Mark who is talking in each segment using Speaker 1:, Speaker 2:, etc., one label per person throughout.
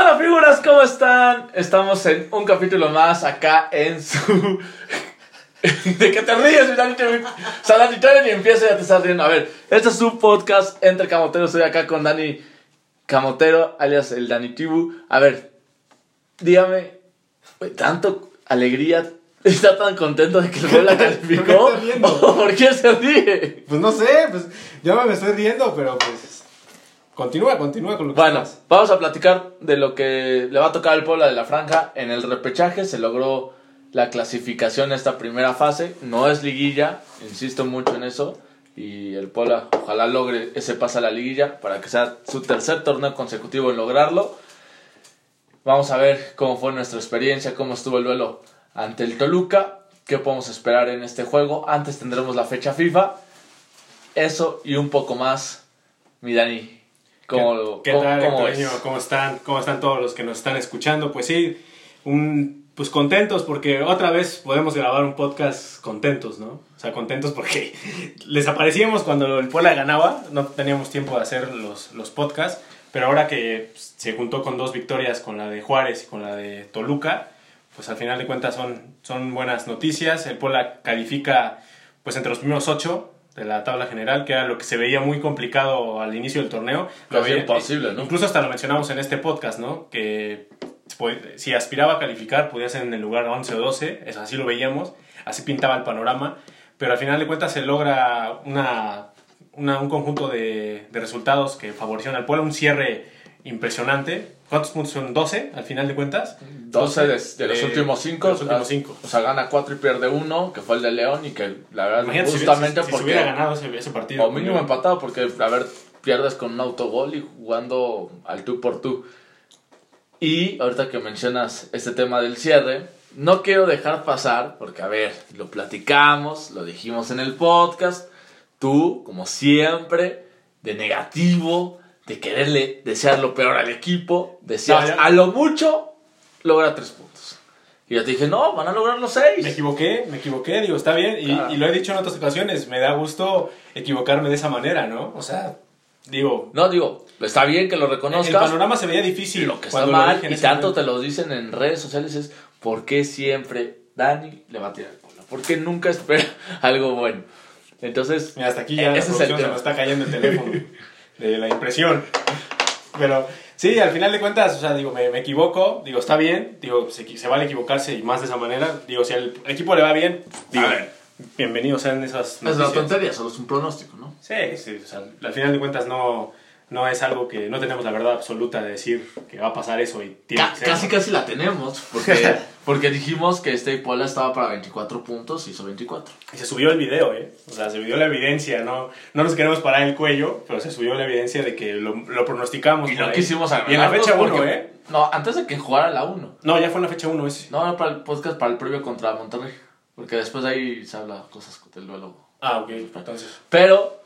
Speaker 1: onda, figuras? ¿Cómo están? Estamos en un capítulo más acá en su. ¿De qué te ríes? Mira, ni te- Sal Victoria ni empieza ya te estás riendo. A ver, este es su podcast entre camoteros. Estoy acá con Dani Camotero, alias el Dani Tibu. A ver, dígame, güey, tanto alegría. ¿Está tan contento de que el gol la calificó?
Speaker 2: ¿Por qué está riendo?
Speaker 1: ¿O ¿Por qué se ríe?
Speaker 2: Pues no sé, pues yo me estoy riendo, pero pues. Continúa, continúa con lo que
Speaker 1: Bueno,
Speaker 2: estabas.
Speaker 1: vamos a platicar de lo que le va a tocar al Puebla de la Franja. En el repechaje se logró la clasificación a esta primera fase. No es liguilla, insisto mucho en eso. Y el Puebla ojalá logre ese pase a la liguilla para que sea su tercer torneo consecutivo en lograrlo. Vamos a ver cómo fue nuestra experiencia, cómo estuvo el duelo ante el Toluca, qué podemos esperar en este juego. Antes tendremos la fecha FIFA. Eso y un poco más, mi Dani. ¿Cómo, lo-
Speaker 2: ¿Qué
Speaker 1: cómo-
Speaker 2: tal,
Speaker 1: cómo
Speaker 2: Antonio?
Speaker 1: ves?
Speaker 2: ¿Cómo están? ¿Cómo están todos los que nos están escuchando? Pues sí, un, pues contentos porque otra vez podemos grabar un podcast contentos, ¿no? O sea, contentos porque les aparecíamos cuando el Puebla ganaba, no teníamos tiempo de hacer los, los podcasts, pero ahora que pues, se juntó con dos victorias, con la de Juárez y con la de Toluca, pues al final de cuentas son, son buenas noticias. El Puebla califica pues entre los primeros ocho de la tabla general, que era lo que se veía muy complicado al inicio del torneo. Lo
Speaker 1: Casi
Speaker 2: veía- eh,
Speaker 1: imposible, ¿no?
Speaker 2: Incluso hasta lo mencionamos en este podcast, ¿no? Que pues, si aspiraba a calificar, podía ser en el lugar 11 o 12, eso así lo veíamos, así pintaba el panorama, pero al final de cuentas se logra una, una- un conjunto de, de resultados que favorecieron al pueblo, un cierre impresionante. ¿Cuántos puntos son? ¿12 al final de cuentas?
Speaker 1: 12 de, de los
Speaker 2: de-
Speaker 1: últimos 5.
Speaker 2: de los últimos cinco.
Speaker 1: O sea, gana 4 y pierde 1, que fue el de León y que la verdad
Speaker 2: Imagínate si hubiera-
Speaker 1: justamente
Speaker 2: si, si se
Speaker 1: porque...
Speaker 2: hubiera ganado ese, ese partido.
Speaker 1: o mínimo empatado porque, a ver, pierdes con un autogol y jugando al tú por tú. Y ahorita que mencionas este tema del cierre, no quiero dejar pasar, porque, a ver, lo platicamos, lo dijimos en el podcast, tú, como siempre, de negativo, de quererle desear lo peor al equipo, decías,
Speaker 2: No, ya-
Speaker 1: a lo mucho, logra tres puntos. Y yo te dije, no, van a lograr los seis.
Speaker 2: Me equivoqué, me equivoqué, digo, está bien, y,
Speaker 1: Claro.
Speaker 2: y lo he dicho en otras ocasiones, me da gusto equivocarme de esa manera, ¿no? O sea, digo,
Speaker 1: No, digo, está bien que lo
Speaker 2: el
Speaker 1: reconozcas.
Speaker 2: panorama se veía difícil.
Speaker 1: lo que está
Speaker 2: cuando lo
Speaker 1: mal
Speaker 2: dije en
Speaker 1: y
Speaker 2: ese
Speaker 1: tanto
Speaker 2: momento.
Speaker 1: te lo dicen en redes sociales es por qué siempre Dani le va a tirar el polo, por qué nunca espera algo bueno. Entonces,
Speaker 2: Mira, hasta aquí ya la
Speaker 1: E-, ese es el
Speaker 2: producción se
Speaker 1: tema.
Speaker 2: nos está cayendo el teléfono de la impresión. Pero sí, al final de cuentas, o sea, digo, me, me equivoco, digo, está bien, digo, se, equi- se vale equivocarse y más de esa manera. Digo, si al equipo le va bien, digo,
Speaker 1: A ver.
Speaker 2: bienvenidos sean esas
Speaker 1: es una
Speaker 2: noticias.
Speaker 1: tontería, solo es un pronóstico, ¿no?
Speaker 2: Sí, sí, o sea, al final de cuentas no, no es algo que no tenemos la verdad absoluta de decir que va a pasar eso y tiene
Speaker 1: Ca-
Speaker 2: que ser.
Speaker 1: casi casi la tenemos, porque, porque dijimos que este Puebla estaba para 24 puntos, hizo 24.
Speaker 2: Y se subió el video, ¿eh? O sea, se subió la evidencia, ¿no? No nos queremos parar el cuello, pero se subió la evidencia de que lo, lo pronosticamos.
Speaker 1: Y
Speaker 2: por
Speaker 1: no
Speaker 2: ahí.
Speaker 1: quisimos
Speaker 2: Y en la
Speaker 1: arruinarnos
Speaker 2: fecha 1,
Speaker 1: porque-
Speaker 2: ¿eh?
Speaker 1: No, antes de que jugara la 1.
Speaker 2: No, ya fue en la fecha 1 ese.
Speaker 1: No, era para el podcast, para el previo contra Monterrey, porque después de ahí se habla cosas del duelo
Speaker 2: Ah, ok, entonces.
Speaker 1: Pero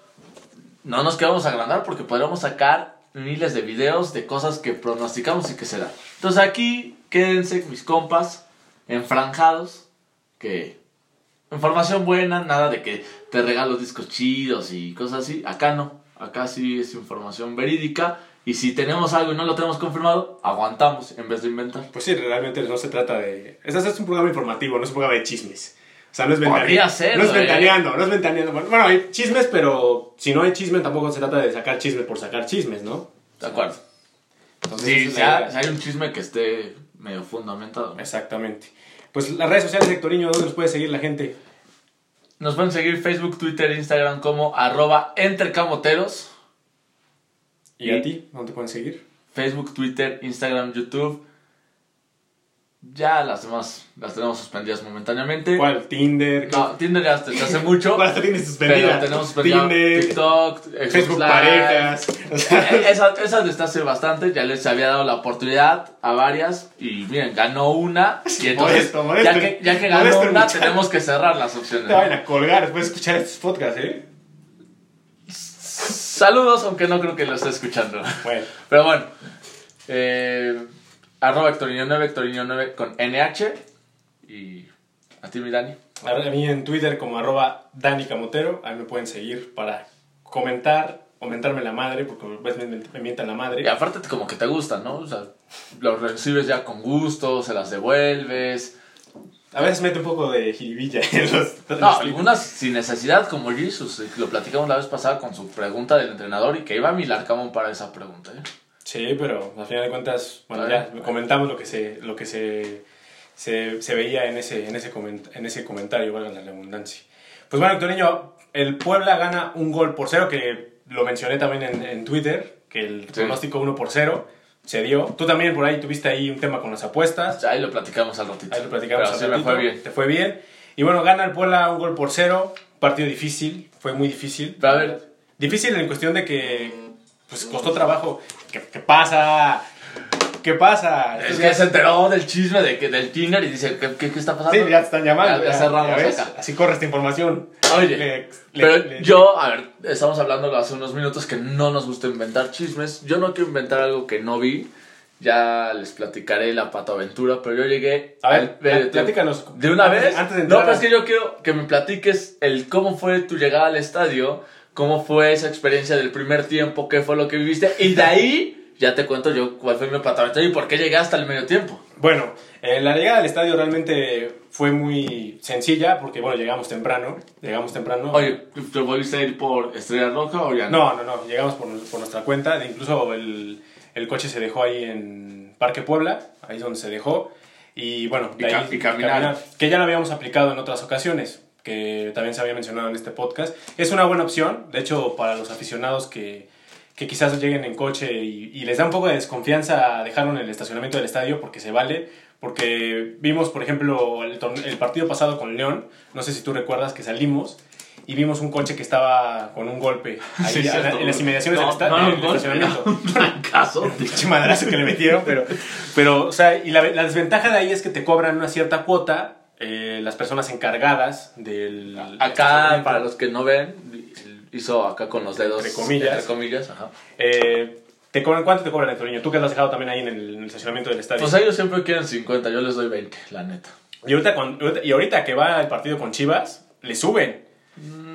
Speaker 1: no nos queremos agrandar porque podríamos sacar miles de videos de cosas que pronosticamos y que se dan. Entonces aquí quédense mis compas enfranjados que información buena, nada de que te regalo discos chidos y cosas así. Acá no, acá sí es información verídica y si tenemos algo y no lo tenemos confirmado, aguantamos en vez de inventar.
Speaker 2: Pues sí, realmente no se trata de. Este es un programa informativo, no es un programa de chismes. O sea, no es
Speaker 1: Podría
Speaker 2: ventaneando.
Speaker 1: ser,
Speaker 2: no es
Speaker 1: ¿eh?
Speaker 2: ventaneando, no es ventaneando. Bueno, hay chismes, pero si no hay chisme, tampoco se trata de sacar chismes por sacar chismes, ¿no?
Speaker 1: ¿De acuerdo?
Speaker 2: Entonces,
Speaker 1: Sí,
Speaker 2: esa es
Speaker 1: si
Speaker 2: la
Speaker 1: ha-
Speaker 2: idea.
Speaker 1: si hay un chisme que esté medio fundamentado.
Speaker 2: Exactamente. Pues las redes sociales, Hectorinho, ¿dónde nos puede seguir la gente?
Speaker 1: Nos pueden seguir Facebook, Twitter, Instagram como arroba entrecamoteros.
Speaker 2: ¿Y, a ti? ¿Dónde te pueden seguir?
Speaker 1: Facebook, Twitter, Instagram, YouTube. Ya las demás las tenemos suspendidas momentáneamente.
Speaker 2: ¿Cuál? ¿Tinder? ¿Qué-
Speaker 1: No, Tinder ya se hace mucho.
Speaker 2: ¿Cuál la tienes suspendida?
Speaker 1: pero tenemos suspendido
Speaker 2: Tinder,
Speaker 1: TikTok, Xbox
Speaker 2: pues Facebook
Speaker 1: Live.
Speaker 2: parejas. O sea,
Speaker 1: Eh, Esa, esa desde hace bastante, ya les había dado la oportunidad a varias y miren, ganó una y entonces
Speaker 2: Modesto, modesto.
Speaker 1: ya, que, ya que ganó
Speaker 2: Modesto,
Speaker 1: una
Speaker 2: muchacho.
Speaker 1: tenemos que cerrar las opciones.
Speaker 2: te van a colgar después de escuchar estos podcasts, ¿eh?
Speaker 1: Saludos, aunque no creo que lo esté escuchando.
Speaker 2: Bueno,
Speaker 1: Pero bueno, eh, arroba Hectorinio 9, Hectorinio 9 con NH. Y a ti, mi Dani.
Speaker 2: a mí en Twitter como arroba Dani Camotero, ahí me pueden seguir para comentar, o mentarme la madre, porque pues, me, me- me mientan la madre.
Speaker 1: Y aparte te- como que te gusta, ¿no? O sea, lo recibes ya con gusto, se las devuelves.
Speaker 2: A veces mete un poco de jiribilla en los... en
Speaker 1: No,
Speaker 2: los-
Speaker 1: algunas sin necesidad, como Jesus. eh, Lo platicamos la vez pasada con su pregunta del entrenador y que iba a mi Larcamón para esa pregunta, ¿eh?
Speaker 2: Sí, pero al final de cuentas, bueno,
Speaker 1: Claro.
Speaker 2: ya comentamos lo que se, lo que se, se, se veía en ese, en, ese coment- en ese comentario, valga la redundancia. Pues bueno, Héctor Niño, el Puebla gana un gol por cero, que lo mencioné también en, en Twitter, que el pronóstico 1 por 0 se dio. Tú también por ahí tuviste ahí un tema con las apuestas.
Speaker 1: Ya, ahí lo platicamos al ratito.
Speaker 2: Ahí lo platicamos
Speaker 1: Pero
Speaker 2: al
Speaker 1: sí me
Speaker 2: ratito.
Speaker 1: fue bien.
Speaker 2: Te fue bien. Y bueno, gana el Puebla un gol por cero. Partido difícil, fue muy difícil.
Speaker 1: Pero a ver.
Speaker 2: Difícil en cuestión de que pues costó trabajo. ¿Qué, qué pasa? ¿Qué pasa?
Speaker 1: Es que se enteró del chisme de que, del Tinder y dice, ¿qué, qué, qué está pasando?
Speaker 2: Sí, ya te están llamando.
Speaker 1: Ya- ya cerramos
Speaker 2: ves.
Speaker 1: acá.
Speaker 2: Así corre esta información.
Speaker 1: Oye,
Speaker 2: Le- le-
Speaker 1: pero
Speaker 2: le-
Speaker 1: yo, a ver, estamos hablando hace unos minutos que no nos gusta inventar chismes. Yo no quiero inventar algo que no vi. Ya les platicaré la patoaventura, pero yo llegué...
Speaker 2: A ver,
Speaker 1: al-
Speaker 2: pla- platícanos.
Speaker 1: ¿De una
Speaker 2: Antes-
Speaker 1: vez?
Speaker 2: antes de
Speaker 1: no,
Speaker 2: entrar
Speaker 1: pero
Speaker 2: a-
Speaker 1: es que yo quiero que me platiques el cómo fue tu llegada al estadio, cómo fue esa experiencia del primer tiempo, qué fue lo que viviste, y de ahí ya te cuento yo cuál fue mi patoaventura y por qué llegué hasta el medio tiempo.
Speaker 2: Bueno, eh, la llegada al estadio realmente fue muy sencilla porque, bueno, llegamos temprano. Llegamos temprano.
Speaker 1: Oye, ¿te volviste a ir por Estrella Roja o ya
Speaker 2: No, no, no, llegamos por, por nuestra cuenta. de- incluso el, el coche se dejó ahí en Parque Puebla, ahí es donde se dejó. Y bueno,
Speaker 1: Y
Speaker 2: de ahí-
Speaker 1: ca- y caminar.
Speaker 2: Que ya lo habíamos aplicado en otras ocasiones, que también se había mencionado en este podcast. Es una buena opción, de hecho, para los aficionados que, que quizás lleguen en coche y, y les da un poco de desconfianza dejarlo en el estacionamiento del estadio porque se vale. Porque vimos, por ejemplo, el, torne- el partido pasado con León, no sé si tú recuerdas que salimos y vimos un coche que estaba con un golpe ahí
Speaker 1: Sí,
Speaker 2: a la-
Speaker 1: cierto.
Speaker 2: en las inmediaciones
Speaker 1: No,
Speaker 2: del esta-
Speaker 1: no era
Speaker 2: del
Speaker 1: un golpe,
Speaker 2: estacionamiento.
Speaker 1: era un trancazo.
Speaker 2: Pinche madrazo que le metieron, pero, pero, o sea, y la, la desventaja de ahí es que te cobran una cierta cuota eh, las personas encargadas del...
Speaker 1: Acá, para los que no ven, hizo acá con los dedos.
Speaker 2: Entre comillas.
Speaker 1: Entre comillas, ajá.
Speaker 2: Eh, ¿te cobran, ¿Cuánto te cobran el niño? Tú que lo has dejado también ahí en el, en el estacionamiento del estadio.
Speaker 1: Pues ellos siempre quieren 50, yo les doy 20, la neta.
Speaker 2: y, ahorita con- y ahorita que va el partido con Chivas, le suben.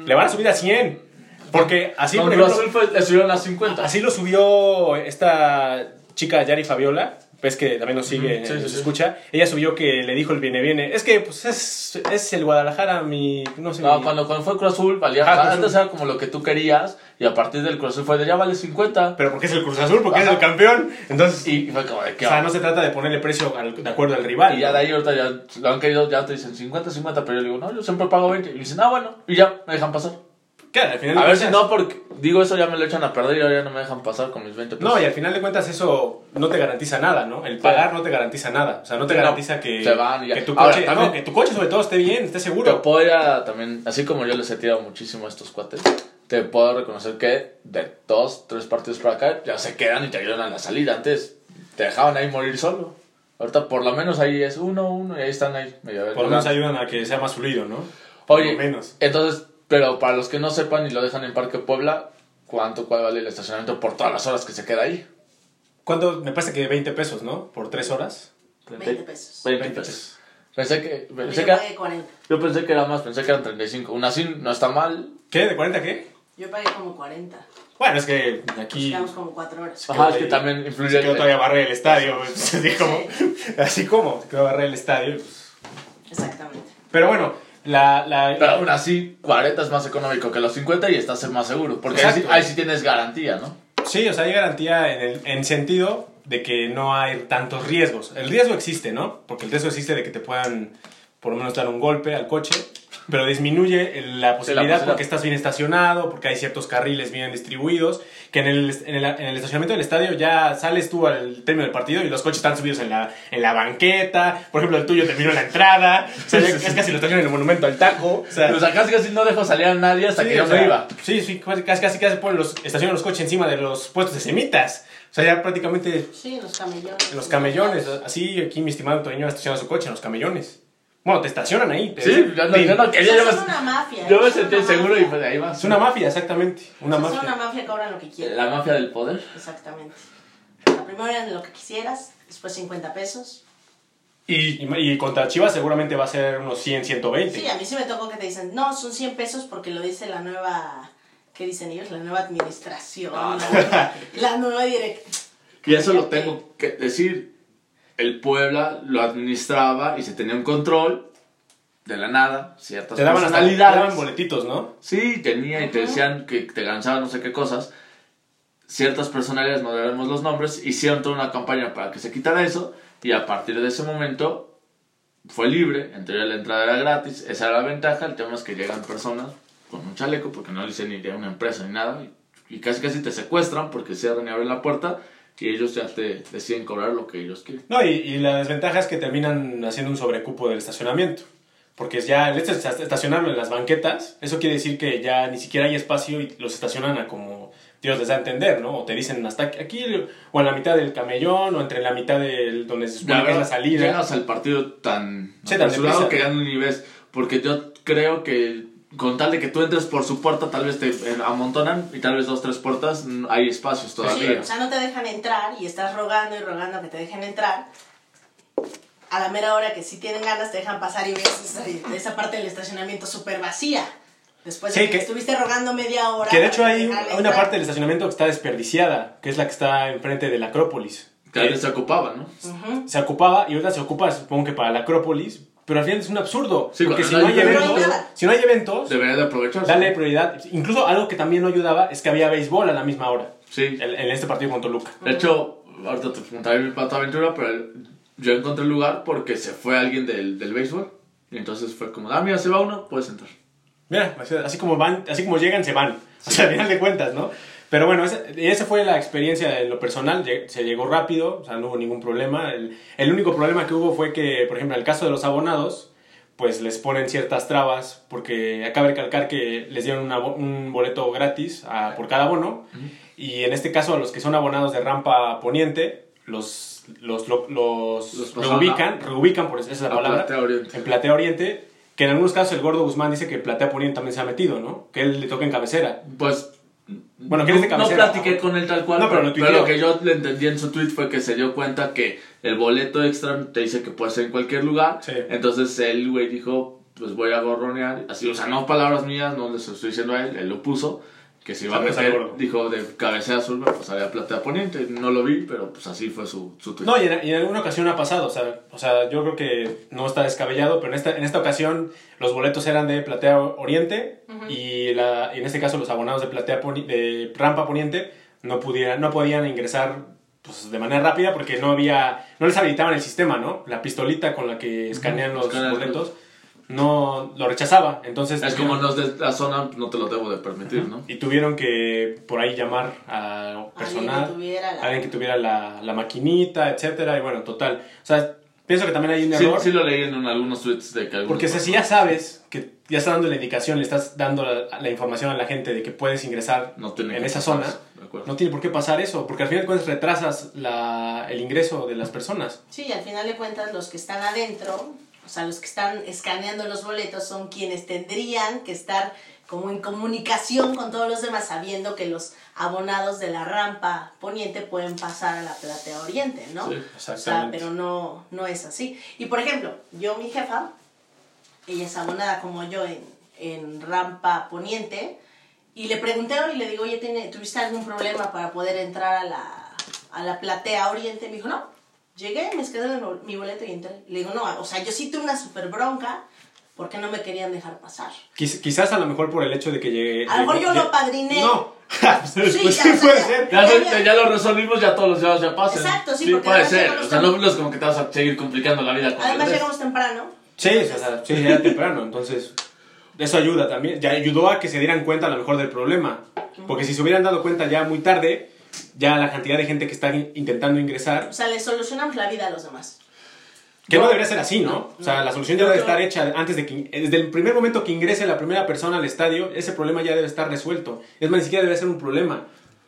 Speaker 2: Le van a subir a 100. Porque Ah, así,
Speaker 1: Con
Speaker 2: por
Speaker 1: Cruz
Speaker 2: ejemplo,
Speaker 1: Azul fue- le subieron a 50.
Speaker 2: Así lo subió esta chica Yari Fabiola, pues que también nos sigue,
Speaker 1: Ujú, sí,
Speaker 2: nos
Speaker 1: sí, sí.
Speaker 2: escucha. Ella subió que le dijo el viene viene. Es que pues es, es el Guadalajara, mi no sé.
Speaker 1: No,
Speaker 2: mi-
Speaker 1: cuando, cuando fue Cruz Azul, valía.
Speaker 2: Ajá, Ah, Cruz
Speaker 1: antes
Speaker 2: Azul.
Speaker 1: era como lo que tú querías, y a partir del Cruz Azul fue de ya vale 50.
Speaker 2: Pero porque es el Cruz Azul, porque
Speaker 1: Ajá.
Speaker 2: es el campeón. Entonces,
Speaker 1: Y fue como de
Speaker 2: o
Speaker 1: qué.
Speaker 2: sea,
Speaker 1: onda?
Speaker 2: no se trata de ponerle precio al- de acuerdo al rival.
Speaker 1: Y ya de
Speaker 2: ¿no?
Speaker 1: ahí ahorita ya lo han querido, ya te dicen 50, 50, pero yo digo, no, yo siempre pago 20. Y dicen, ah, bueno, y ya, me dejan pasar.
Speaker 2: Claro, al final
Speaker 1: A
Speaker 2: de
Speaker 1: ver si
Speaker 2: cuentas-
Speaker 1: no, porque digo eso ya me lo echan a perder y ahora ya no me dejan pasar con mis 20 pesos.
Speaker 2: No, y al final de cuentas eso no te garantiza nada, ¿no? El pagar no te garantiza nada. O sea, no te
Speaker 1: No,
Speaker 2: garantiza que,
Speaker 1: se van y ya.
Speaker 2: que, tu
Speaker 1: Ahora,
Speaker 2: coche, no,
Speaker 1: también-
Speaker 2: que tu coche sobre todo esté bien, esté
Speaker 1: Te
Speaker 2: seguro.
Speaker 1: puedo ir a- también, así como yo les he tirado muchísimo a estos cuates, te puedo reconocer que de dos, tres partidos para acá ya se quedan y te ayudan a la salida. Antes te dejaban ahí morir solo. Ahorita por lo menos ahí es uno, uno y ahí están ahí. medio
Speaker 2: Por lo menos
Speaker 1: ayudando.
Speaker 2: ayudan a que sea más fluido, ¿no? Por
Speaker 1: Oye,
Speaker 2: lo menos.
Speaker 1: entonces, pero para los que no sepan y lo dejan en Parque Puebla, ¿cuánto cuál vale el estacionamiento por todas las horas que se queda ahí?
Speaker 2: ¿Cuánto? Me parece que 20 pesos, ¿no? Por 3 horas.
Speaker 3: 20 pesos.
Speaker 1: 20 pesos. Pensé que,
Speaker 3: Yo
Speaker 1: pensé que,
Speaker 3: pagué 40.
Speaker 1: yo pensé que era más, pensé que eran 35. Aún así no está mal.
Speaker 2: ¿Qué? ¿De 40 qué?
Speaker 3: Yo pagué como 40.
Speaker 2: Bueno, es que aquí...
Speaker 3: Llegamos como 4 horas.
Speaker 1: Ajá, es
Speaker 2: ahí-
Speaker 1: que también influye
Speaker 2: Se quedó
Speaker 1: el-
Speaker 2: todavía barrer el estadio. pues, Así como... Así como. Se quedó barrer el estadio. pues.
Speaker 3: Exactamente.
Speaker 2: Pero bueno, la... la
Speaker 1: Pero aún así, 40 es más económico que los 50 y estás en más seguro. Porque ahí sí,
Speaker 2: Exacto.
Speaker 1: ahí sí tienes garantía, ¿no?
Speaker 2: Sí, o sea, hay garantía en el en sentido de que no hay tantos riesgos. El riesgo existe, ¿no? Porque el riesgo existe de que te puedan por lo menos dar un golpe al coche, pero disminuye el- la posibilidad
Speaker 1: posibilidad.
Speaker 2: porque estás bien estacionado, porque hay ciertos carriles bien distribuidos, que en el, en el- en el estacionamiento del estadio ya sales tú al término del partido y los coches están subidos en la, en la banqueta, por ejemplo, el tuyo terminó en la entrada, o sea, ya es casi lo estacionan en el monumento al taco, o sea,
Speaker 1: O sea, casi casi no dejo salir a nadie hasta
Speaker 2: Sí,
Speaker 1: que yo
Speaker 2: o sea,
Speaker 1: me iba.
Speaker 2: Sí, sí, casi casi, casi ponen los, estacionan los coches encima de los puestos de semitas. O sea, ya prácticamente
Speaker 3: Sí, los camellones.
Speaker 2: en los camellones. Así aquí mi estimado Toño estaciona su coche en los camellones. Bueno, te estacionan ahí. te-
Speaker 1: Sí, yo no,
Speaker 2: te-
Speaker 1: yo no
Speaker 3: Eso
Speaker 1: quería. Yo
Speaker 3: es
Speaker 1: me,
Speaker 3: una mafia.
Speaker 1: yo me
Speaker 3: eso es
Speaker 1: sentí
Speaker 3: una
Speaker 1: seguro y
Speaker 3: mafia.
Speaker 1: pues ahí vas.
Speaker 2: Es una mafia, exactamente. Una
Speaker 3: Eso Es una
Speaker 2: mafia.
Speaker 3: mafia que cobran lo que quieran.
Speaker 1: La mafia del poder.
Speaker 3: Exactamente. La primera era lo que quisieras, después 50 pesos.
Speaker 2: Y, y- y contra Chivas seguramente va a ser unos 100, 120.
Speaker 3: Sí, a mí sí me tocó que te dicen, no, son 100 pesos porque lo dice la nueva ¿Qué dicen ellos? La nueva administración.
Speaker 1: Ah.
Speaker 3: la nueva directiva.
Speaker 1: Y eso lo tengo que decir. El Puebla lo administraba y se tenía un control de la nada, ciertas
Speaker 2: Te daban hasta te
Speaker 1: personalidades.
Speaker 2: daban boletitos, ¿no?
Speaker 1: Sí, tenía y te
Speaker 3: Ajá.
Speaker 1: decían que te cansaban no sé qué cosas. Ciertas personalidades, no debemos los nombres, hicieron toda una campaña para que se quitara eso y a partir de ese momento fue libre, en teoría la entrada era gratis, esa era la ventaja, el tema es que llegan personas con un chaleco porque no le dicen ni de una empresa ni nada y, y casi casi te secuestran porque cierran y abren la puerta y ellos ya te deciden cobrar lo que ellos quieren.
Speaker 2: No, y, y la desventaja es que terminan haciendo un sobrecupo del estacionamiento. Porque ya el hecho de esta- estacionarlo en las banquetas, eso quiere decir que ya ni siquiera hay espacio y los estacionan a como Dios les da a entender, ¿no? O te dicen hasta aquí, o en la mitad del camellón, o entre la mitad del donde se supone que es la salida.
Speaker 1: Llegas al partido tan
Speaker 2: Sí, tan
Speaker 1: apresurado
Speaker 2: deprisa.
Speaker 1: que ya no ni ves. Porque yo creo que con tal de que tú entres por su puerta, tal vez te eh, amontonan y tal vez dos, tres puertas mm, hay espacios
Speaker 3: Sí,
Speaker 1: todavía.
Speaker 3: o sea, no te dejan entrar y estás rogando y rogando que te dejen entrar. A la mera hora que sí tienen ganas te dejan pasar y ves esa, esa parte del estacionamiento súper vacía. Después de
Speaker 2: Sí,
Speaker 3: que,
Speaker 2: que-
Speaker 3: estuviste rogando media hora.
Speaker 2: Que de hecho
Speaker 3: para
Speaker 2: hay
Speaker 3: dejarle
Speaker 2: una
Speaker 3: entrar.
Speaker 2: parte del estacionamiento que está desperdiciada, que es la que está enfrente de la Acrópolis.
Speaker 1: Que
Speaker 2: Que
Speaker 1: antes se ocupaba, ¿no?
Speaker 3: Ujú.
Speaker 2: se ocupaba y ahorita se ocupa, supongo que para la Acrópolis, pero al final es un absurdo.
Speaker 1: Sí, cuando
Speaker 2: porque si
Speaker 1: no
Speaker 2: no,
Speaker 1: hay
Speaker 2: hay
Speaker 1: eventos,
Speaker 2: eventos, si no hay eventos,
Speaker 1: Debería de aprovecharse.
Speaker 2: dale prioridad. Incluso algo que también no ayudaba es que había béisbol a la misma hora,
Speaker 1: Sí.
Speaker 2: en- en este partido con Toluca.
Speaker 1: De hecho, ahorita te preguntaré el Pato Aventura, pero el- yo encontré el lugar porque se fue alguien del, del béisbol. Y entonces fue como, ah, mira, se va uno, puedes entrar.
Speaker 2: Mira, así como van, así como llegan, se van. O sea, al final de cuentas, ¿no? Pero bueno, esa, esa fue la experiencia en lo personal. Lle- Se llegó rápido, o sea, no hubo ningún problema. El, el único problema que hubo fue que, por ejemplo, en el caso de los abonados, pues les ponen ciertas trabas, porque acaba de recalcar que les dieron una bo- un boleto gratis a- por cada abono. Y en este caso, a los que son abonados de rampa poniente, los, los, lo- los,
Speaker 1: Los pasaron a-
Speaker 2: reubican, reubican, por esa es la
Speaker 1: A
Speaker 2: palabra
Speaker 1: Platea Oriente.
Speaker 2: en Platea Oriente, que en algunos casos el gordo Guzmán dice que Platea Poniente también se ha metido, ¿no? Que él le toca en cabecera.
Speaker 1: Pues.
Speaker 2: Bueno, ¿quién
Speaker 1: no,
Speaker 2: es de
Speaker 1: no
Speaker 2: cabecera?
Speaker 1: platiqué con él tal cual,
Speaker 2: No, pero
Speaker 1: pero,
Speaker 2: lo
Speaker 1: pero lo que
Speaker 2: tuiteó.
Speaker 1: yo le entendí en su tweet fue que se dio cuenta que el boleto extra te dice que puede ser en cualquier lugar.
Speaker 2: Sí.
Speaker 1: Entonces el güey dijo, pues voy a gorronear. Así, o sea, no palabras mías, no les estoy diciendo a él, él lo puso. Que se iba a
Speaker 2: Se puso
Speaker 1: meter,
Speaker 2: gordo.
Speaker 1: dijo, de cabecera azul pues, me pasaría a platea poniente. No lo vi, pero pues así fue su, su tweet.
Speaker 2: No, y en, y en alguna ocasión ha pasado, o sea, o sea, yo creo que no está descabellado, pero en esta, en esta ocasión los boletos eran de Platea Oriente y, la, y en este caso los abonados de Platea Poni- de Rampa Poniente no, pudieran, no podían ingresar pues, de manera rápida porque no había, no les habilitaban el sistema, ¿no? La pistolita con la que escanean los
Speaker 1: escanean los-
Speaker 2: boletos no lo rechazaba, entonces...
Speaker 1: es como no es de la zona, no te lo debo de permitir, ¿no?
Speaker 2: Y tuvieron que por ahí llamar a personal,
Speaker 3: Alguien que tuviera la-
Speaker 2: alguien que tuviera la, la maquinita, etcétera, y bueno, total. O sea, pienso que también hay un
Speaker 1: Sí,
Speaker 2: error.
Speaker 1: sí lo leí en un- algunos tweets de que algunos-
Speaker 2: porque o sea, si ya sabes que ya estás dando la indicación, le estás dando la, la información a la gente de que puedes ingresar
Speaker 1: no tiene
Speaker 2: en
Speaker 1: que
Speaker 2: esa
Speaker 1: pasar,
Speaker 2: zona,
Speaker 1: de acuerdo.
Speaker 2: no tiene por qué pasar eso, porque al final de cuentas retrasas la- el ingreso de las personas.
Speaker 3: Sí, y al final de cuentas los que están adentro, o sea, los que están escaneando los boletos son quienes tendrían que estar como en comunicación con todos los demás, sabiendo que los abonados de la rampa poniente pueden pasar a la platea oriente, ¿no?
Speaker 1: Sí.
Speaker 3: O sea, pero no, no es así. Y por ejemplo, yo, mi jefa, ella es abonada como yo en, en Rampa Poniente, y le pregunté y le digo, oye, ¿tiene- ¿tuviste algún problema para poder entrar a la, a la platea Oriente? Me dijo, no, llegué, me escanearon mi bol- mi boleto y entré. Le digo, no, o sea, yo sí tuve una super bronca porque no me querían dejar pasar.
Speaker 2: Quiz- quizás a lo mejor por el hecho de que llegue...
Speaker 3: A lo mejor
Speaker 2: llegue-
Speaker 3: yo lo
Speaker 2: lle-
Speaker 3: apadriné.
Speaker 2: No.
Speaker 3: ya,
Speaker 2: pues sí,
Speaker 3: o sea,
Speaker 2: puede ser.
Speaker 1: Ya, se- ya lo resolvimos, ya todos los días ya pasan.
Speaker 3: Exacto, sí, porque
Speaker 1: puede
Speaker 3: además
Speaker 1: ser.
Speaker 3: llegamos
Speaker 1: O sea, no
Speaker 3: tan-
Speaker 1: es como que te vas a seguir complicando la vida con
Speaker 3: Además
Speaker 1: el resto.
Speaker 3: llegamos temprano.
Speaker 2: Sí, o sea, sí, era temprano, entonces eso ayuda también. Ya ayudó a que se dieran cuenta a lo mejor del problema. Porque si se hubieran dado cuenta ya muy tarde, ya la cantidad de gente que está in- intentando ingresar,
Speaker 3: O sea, le solucionamos la vida a los demás.
Speaker 2: que no debería ser así, ¿no? O sea, la solución ya
Speaker 3: No,
Speaker 2: debe
Speaker 3: no.
Speaker 2: estar hecha antes de que, in- desde el primer momento que ingrese la primera persona al estadio, ese problema ya debe estar resuelto. Es más, ni siquiera debe ser un problema.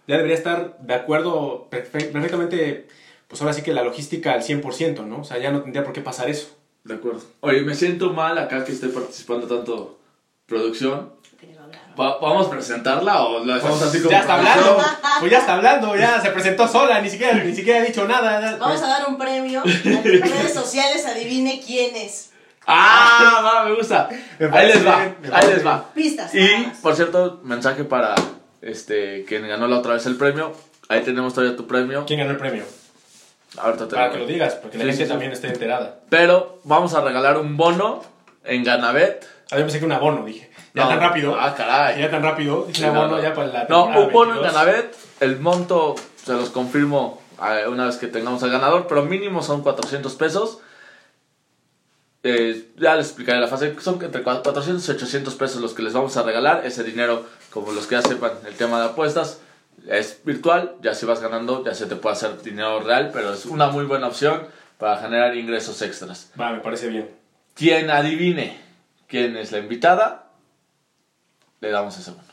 Speaker 2: Ya debería estar de acuerdo perfe- perfectamente, pues ahora sí que la logística al 100%, ¿no? O sea, ya no tendría por qué pasar eso.
Speaker 1: De acuerdo. Oye, me siento mal acá que esté participando tanto producción.
Speaker 3: Porque yo no hablaba.
Speaker 1: Va- ¿Vamos a presentarla o la hacemos así como
Speaker 2: ya está
Speaker 1: producción?
Speaker 2: hablando, pues ya está hablando, ya se presentó sola, ni siquiera, ni siquiera ha dicho nada. ya-
Speaker 3: Vamos a dar un premio a las redes sociales, adivine quién es.
Speaker 1: Ah, va, me gusta.
Speaker 2: Me
Speaker 1: ahí
Speaker 2: parece
Speaker 1: les va,
Speaker 2: bien, me
Speaker 1: ahí
Speaker 2: parece
Speaker 1: les va.
Speaker 3: Pistas.
Speaker 1: Y,
Speaker 2: pues,
Speaker 3: nada más.
Speaker 1: por cierto, mensaje para este, quien ganó la otra vez el premio. Ahí tenemos todavía tu premio.
Speaker 2: ¿Quién ganó el premio?
Speaker 1: Ahorita te
Speaker 2: Para que lo digas, porque la
Speaker 1: Sí,
Speaker 2: gente
Speaker 1: sí, sí.
Speaker 2: también esté enterada.
Speaker 1: Pero vamos a regalar un bono en Ganabet.
Speaker 2: Ah, yo pensé que un abono, dije. Ya
Speaker 1: No.
Speaker 2: tan rápido.
Speaker 1: Ah, caray.
Speaker 2: Ya tan rápido. Dije
Speaker 1: Sí,
Speaker 2: un
Speaker 1: no,
Speaker 2: abono
Speaker 1: no.
Speaker 2: ya para la
Speaker 1: No,
Speaker 2: temporada
Speaker 1: un bono en
Speaker 2: 22.
Speaker 1: Ganabet. El monto se los confirmo eh, una vez que tengamos al ganador, pero mínimo son 400 pesos. Eh, ya les explicaré la fase. Son entre 400 y 800 pesos los que les vamos a regalar. Ese dinero, como los que ya sepan, el tema de apuestas es virtual. Ya si vas ganando, ya se te puede hacer dinero real, pero es una muy buena opción para generar ingresos extras.
Speaker 2: Va, me parece bien.
Speaker 1: Quien adivine quién es la invitada, le damos ese bono.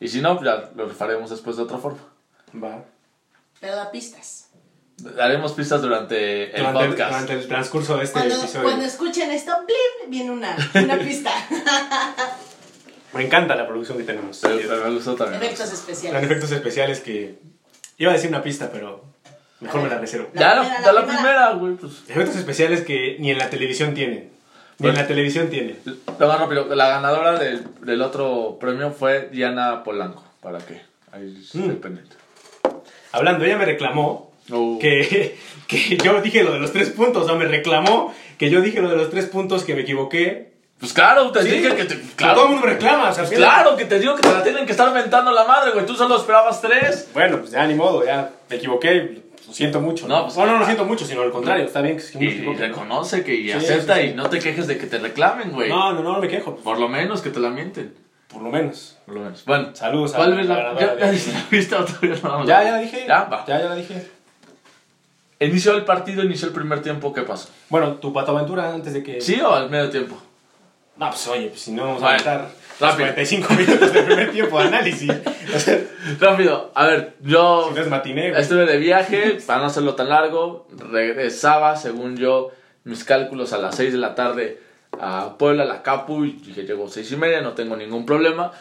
Speaker 1: Y si no, ya lo rifaremos después de otra forma.
Speaker 2: Va.
Speaker 3: Pero da pistas.
Speaker 1: Daremos pistas durante el
Speaker 2: durante,
Speaker 1: podcast.
Speaker 2: durante el transcurso de este
Speaker 3: Cuando,
Speaker 2: episodio.
Speaker 3: cuando escuchen esto, ¡plim! viene una, una pista.
Speaker 2: Me encanta la producción que tenemos.
Speaker 1: Pero- pero me gustó también.
Speaker 3: Efectos
Speaker 2: Tan
Speaker 3: especiales.
Speaker 2: efectos especiales que. Iba a decir una pista, pero mejor me la reservo.
Speaker 1: Ya
Speaker 3: La
Speaker 1: la,
Speaker 3: primera,
Speaker 1: ya
Speaker 3: la
Speaker 1: la primera, güey. Pues,
Speaker 2: Efectos especiales que ni en la televisión tienen. Ni en
Speaker 1: Bueno.
Speaker 2: la televisión tienen.
Speaker 1: lo más rápido. La ganadora del, del otro premio fue Diana Polanco. ¿Para qué? Ahí estoy
Speaker 2: Mm.
Speaker 1: pendiente.
Speaker 2: Hablando, ella me reclamó
Speaker 1: Uh,
Speaker 2: que, que yo dije lo de los tres puntos. O sea, me reclamó que yo dije lo de los tres puntos, que me equivoqué.
Speaker 1: Pues claro, te
Speaker 2: Sí, Pues
Speaker 1: dije que te.
Speaker 2: Todo el
Speaker 1: Claro, Pues
Speaker 2: mundo me reclama. o sea, mira.
Speaker 1: claro que te digo que te la tienen que estar ventando la madre, güey. Tú solo esperabas tres.
Speaker 2: Bueno, pues ya ni modo, ya me equivoqué. Lo siento mucho. No,
Speaker 1: No,
Speaker 2: no,
Speaker 1: pues-
Speaker 2: no, lo siento mucho, sino al contrario. Está bien que se
Speaker 1: Y,
Speaker 2: uno se equivoque, ¿no?
Speaker 1: reconoce que y
Speaker 2: Sí,
Speaker 1: acepta
Speaker 2: sí, sí.
Speaker 1: y no te quejes de que te reclamen, güey.
Speaker 2: No, no, no, no me quejo.
Speaker 1: Por lo menos que te la mienten.
Speaker 2: Por lo menos.
Speaker 1: Por lo menos. Bueno,
Speaker 2: Saludos a
Speaker 1: ¿cuál es
Speaker 2: a
Speaker 1: la,
Speaker 2: la-
Speaker 1: ya,
Speaker 2: la-
Speaker 1: ya diste la pista o todavía no vamos a-
Speaker 2: Ya, ya la dije.
Speaker 1: Ya, va.
Speaker 2: ya, ya la dije.
Speaker 1: Inició el partido, inició el primer tiempo, ¿qué pasó?
Speaker 2: Bueno, tu pato aventura antes de que.
Speaker 1: ¿Sí o al medio tiempo?
Speaker 2: No, pues oye, pues si no vamos a
Speaker 1: Bueno,
Speaker 2: aventar los
Speaker 1: rápido.
Speaker 2: 45 minutos de primer tiempo de análisis. O sea,
Speaker 1: Rápido, a ver, yo
Speaker 2: si no es matiné, güey.
Speaker 1: estuve de viaje, para no hacerlo tan largo, regresaba, según yo, mis cálculos a las 6 de la tarde a Puebla, a la Capu, y dije, llego seis y media, no tengo ningún problema.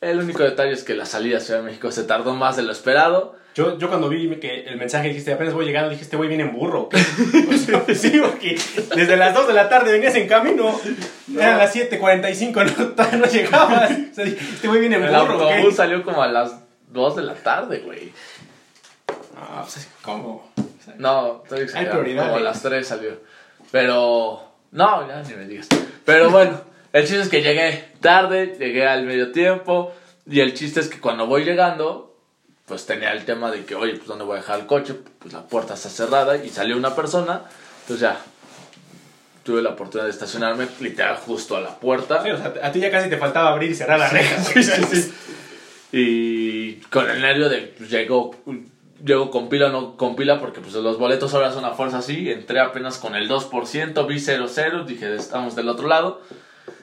Speaker 1: El único detalle es que la salida a Ciudad de México se tardó más de lo esperado.
Speaker 2: Yo, yo cuando vi que el mensaje dijiste apenas voy llegando, dije este güey viene en burro. O sea, sí, porque desde las 2 de la tarde venías en camino, eran las 7.45, no, todavía no llegabas. O sea, dije, este güey viene en
Speaker 1: El
Speaker 2: burro. ¿qué?
Speaker 1: autobús salió como a las 2 de la tarde, güey.
Speaker 2: No, pues o sea, ¿cómo?
Speaker 1: No, estoy exagerando.
Speaker 2: prioridades.
Speaker 1: Como a las 3 salió. Pero. No, ya ni me digas. Pero bueno, el chiste es que llegué tarde, llegué al medio tiempo. Y el chiste es que cuando voy llegando, pues tenía el tema de que, oye, pues ¿dónde voy a dejar el coche? Pues la puerta está cerrada y salió una persona. Entonces ya. Tuve la oportunidad de estacionarme literal justo a la puerta.
Speaker 2: Sí, o sea, a ti ya casi te faltaba abrir y cerrar la reja. güey.
Speaker 1: Y con el nervio de pues, llegó, llegó con pila o no con pila, porque pues los boletos ahora son a fuerza así. Entré apenas con el 2%, vi 0-0, dije estamos del otro lado.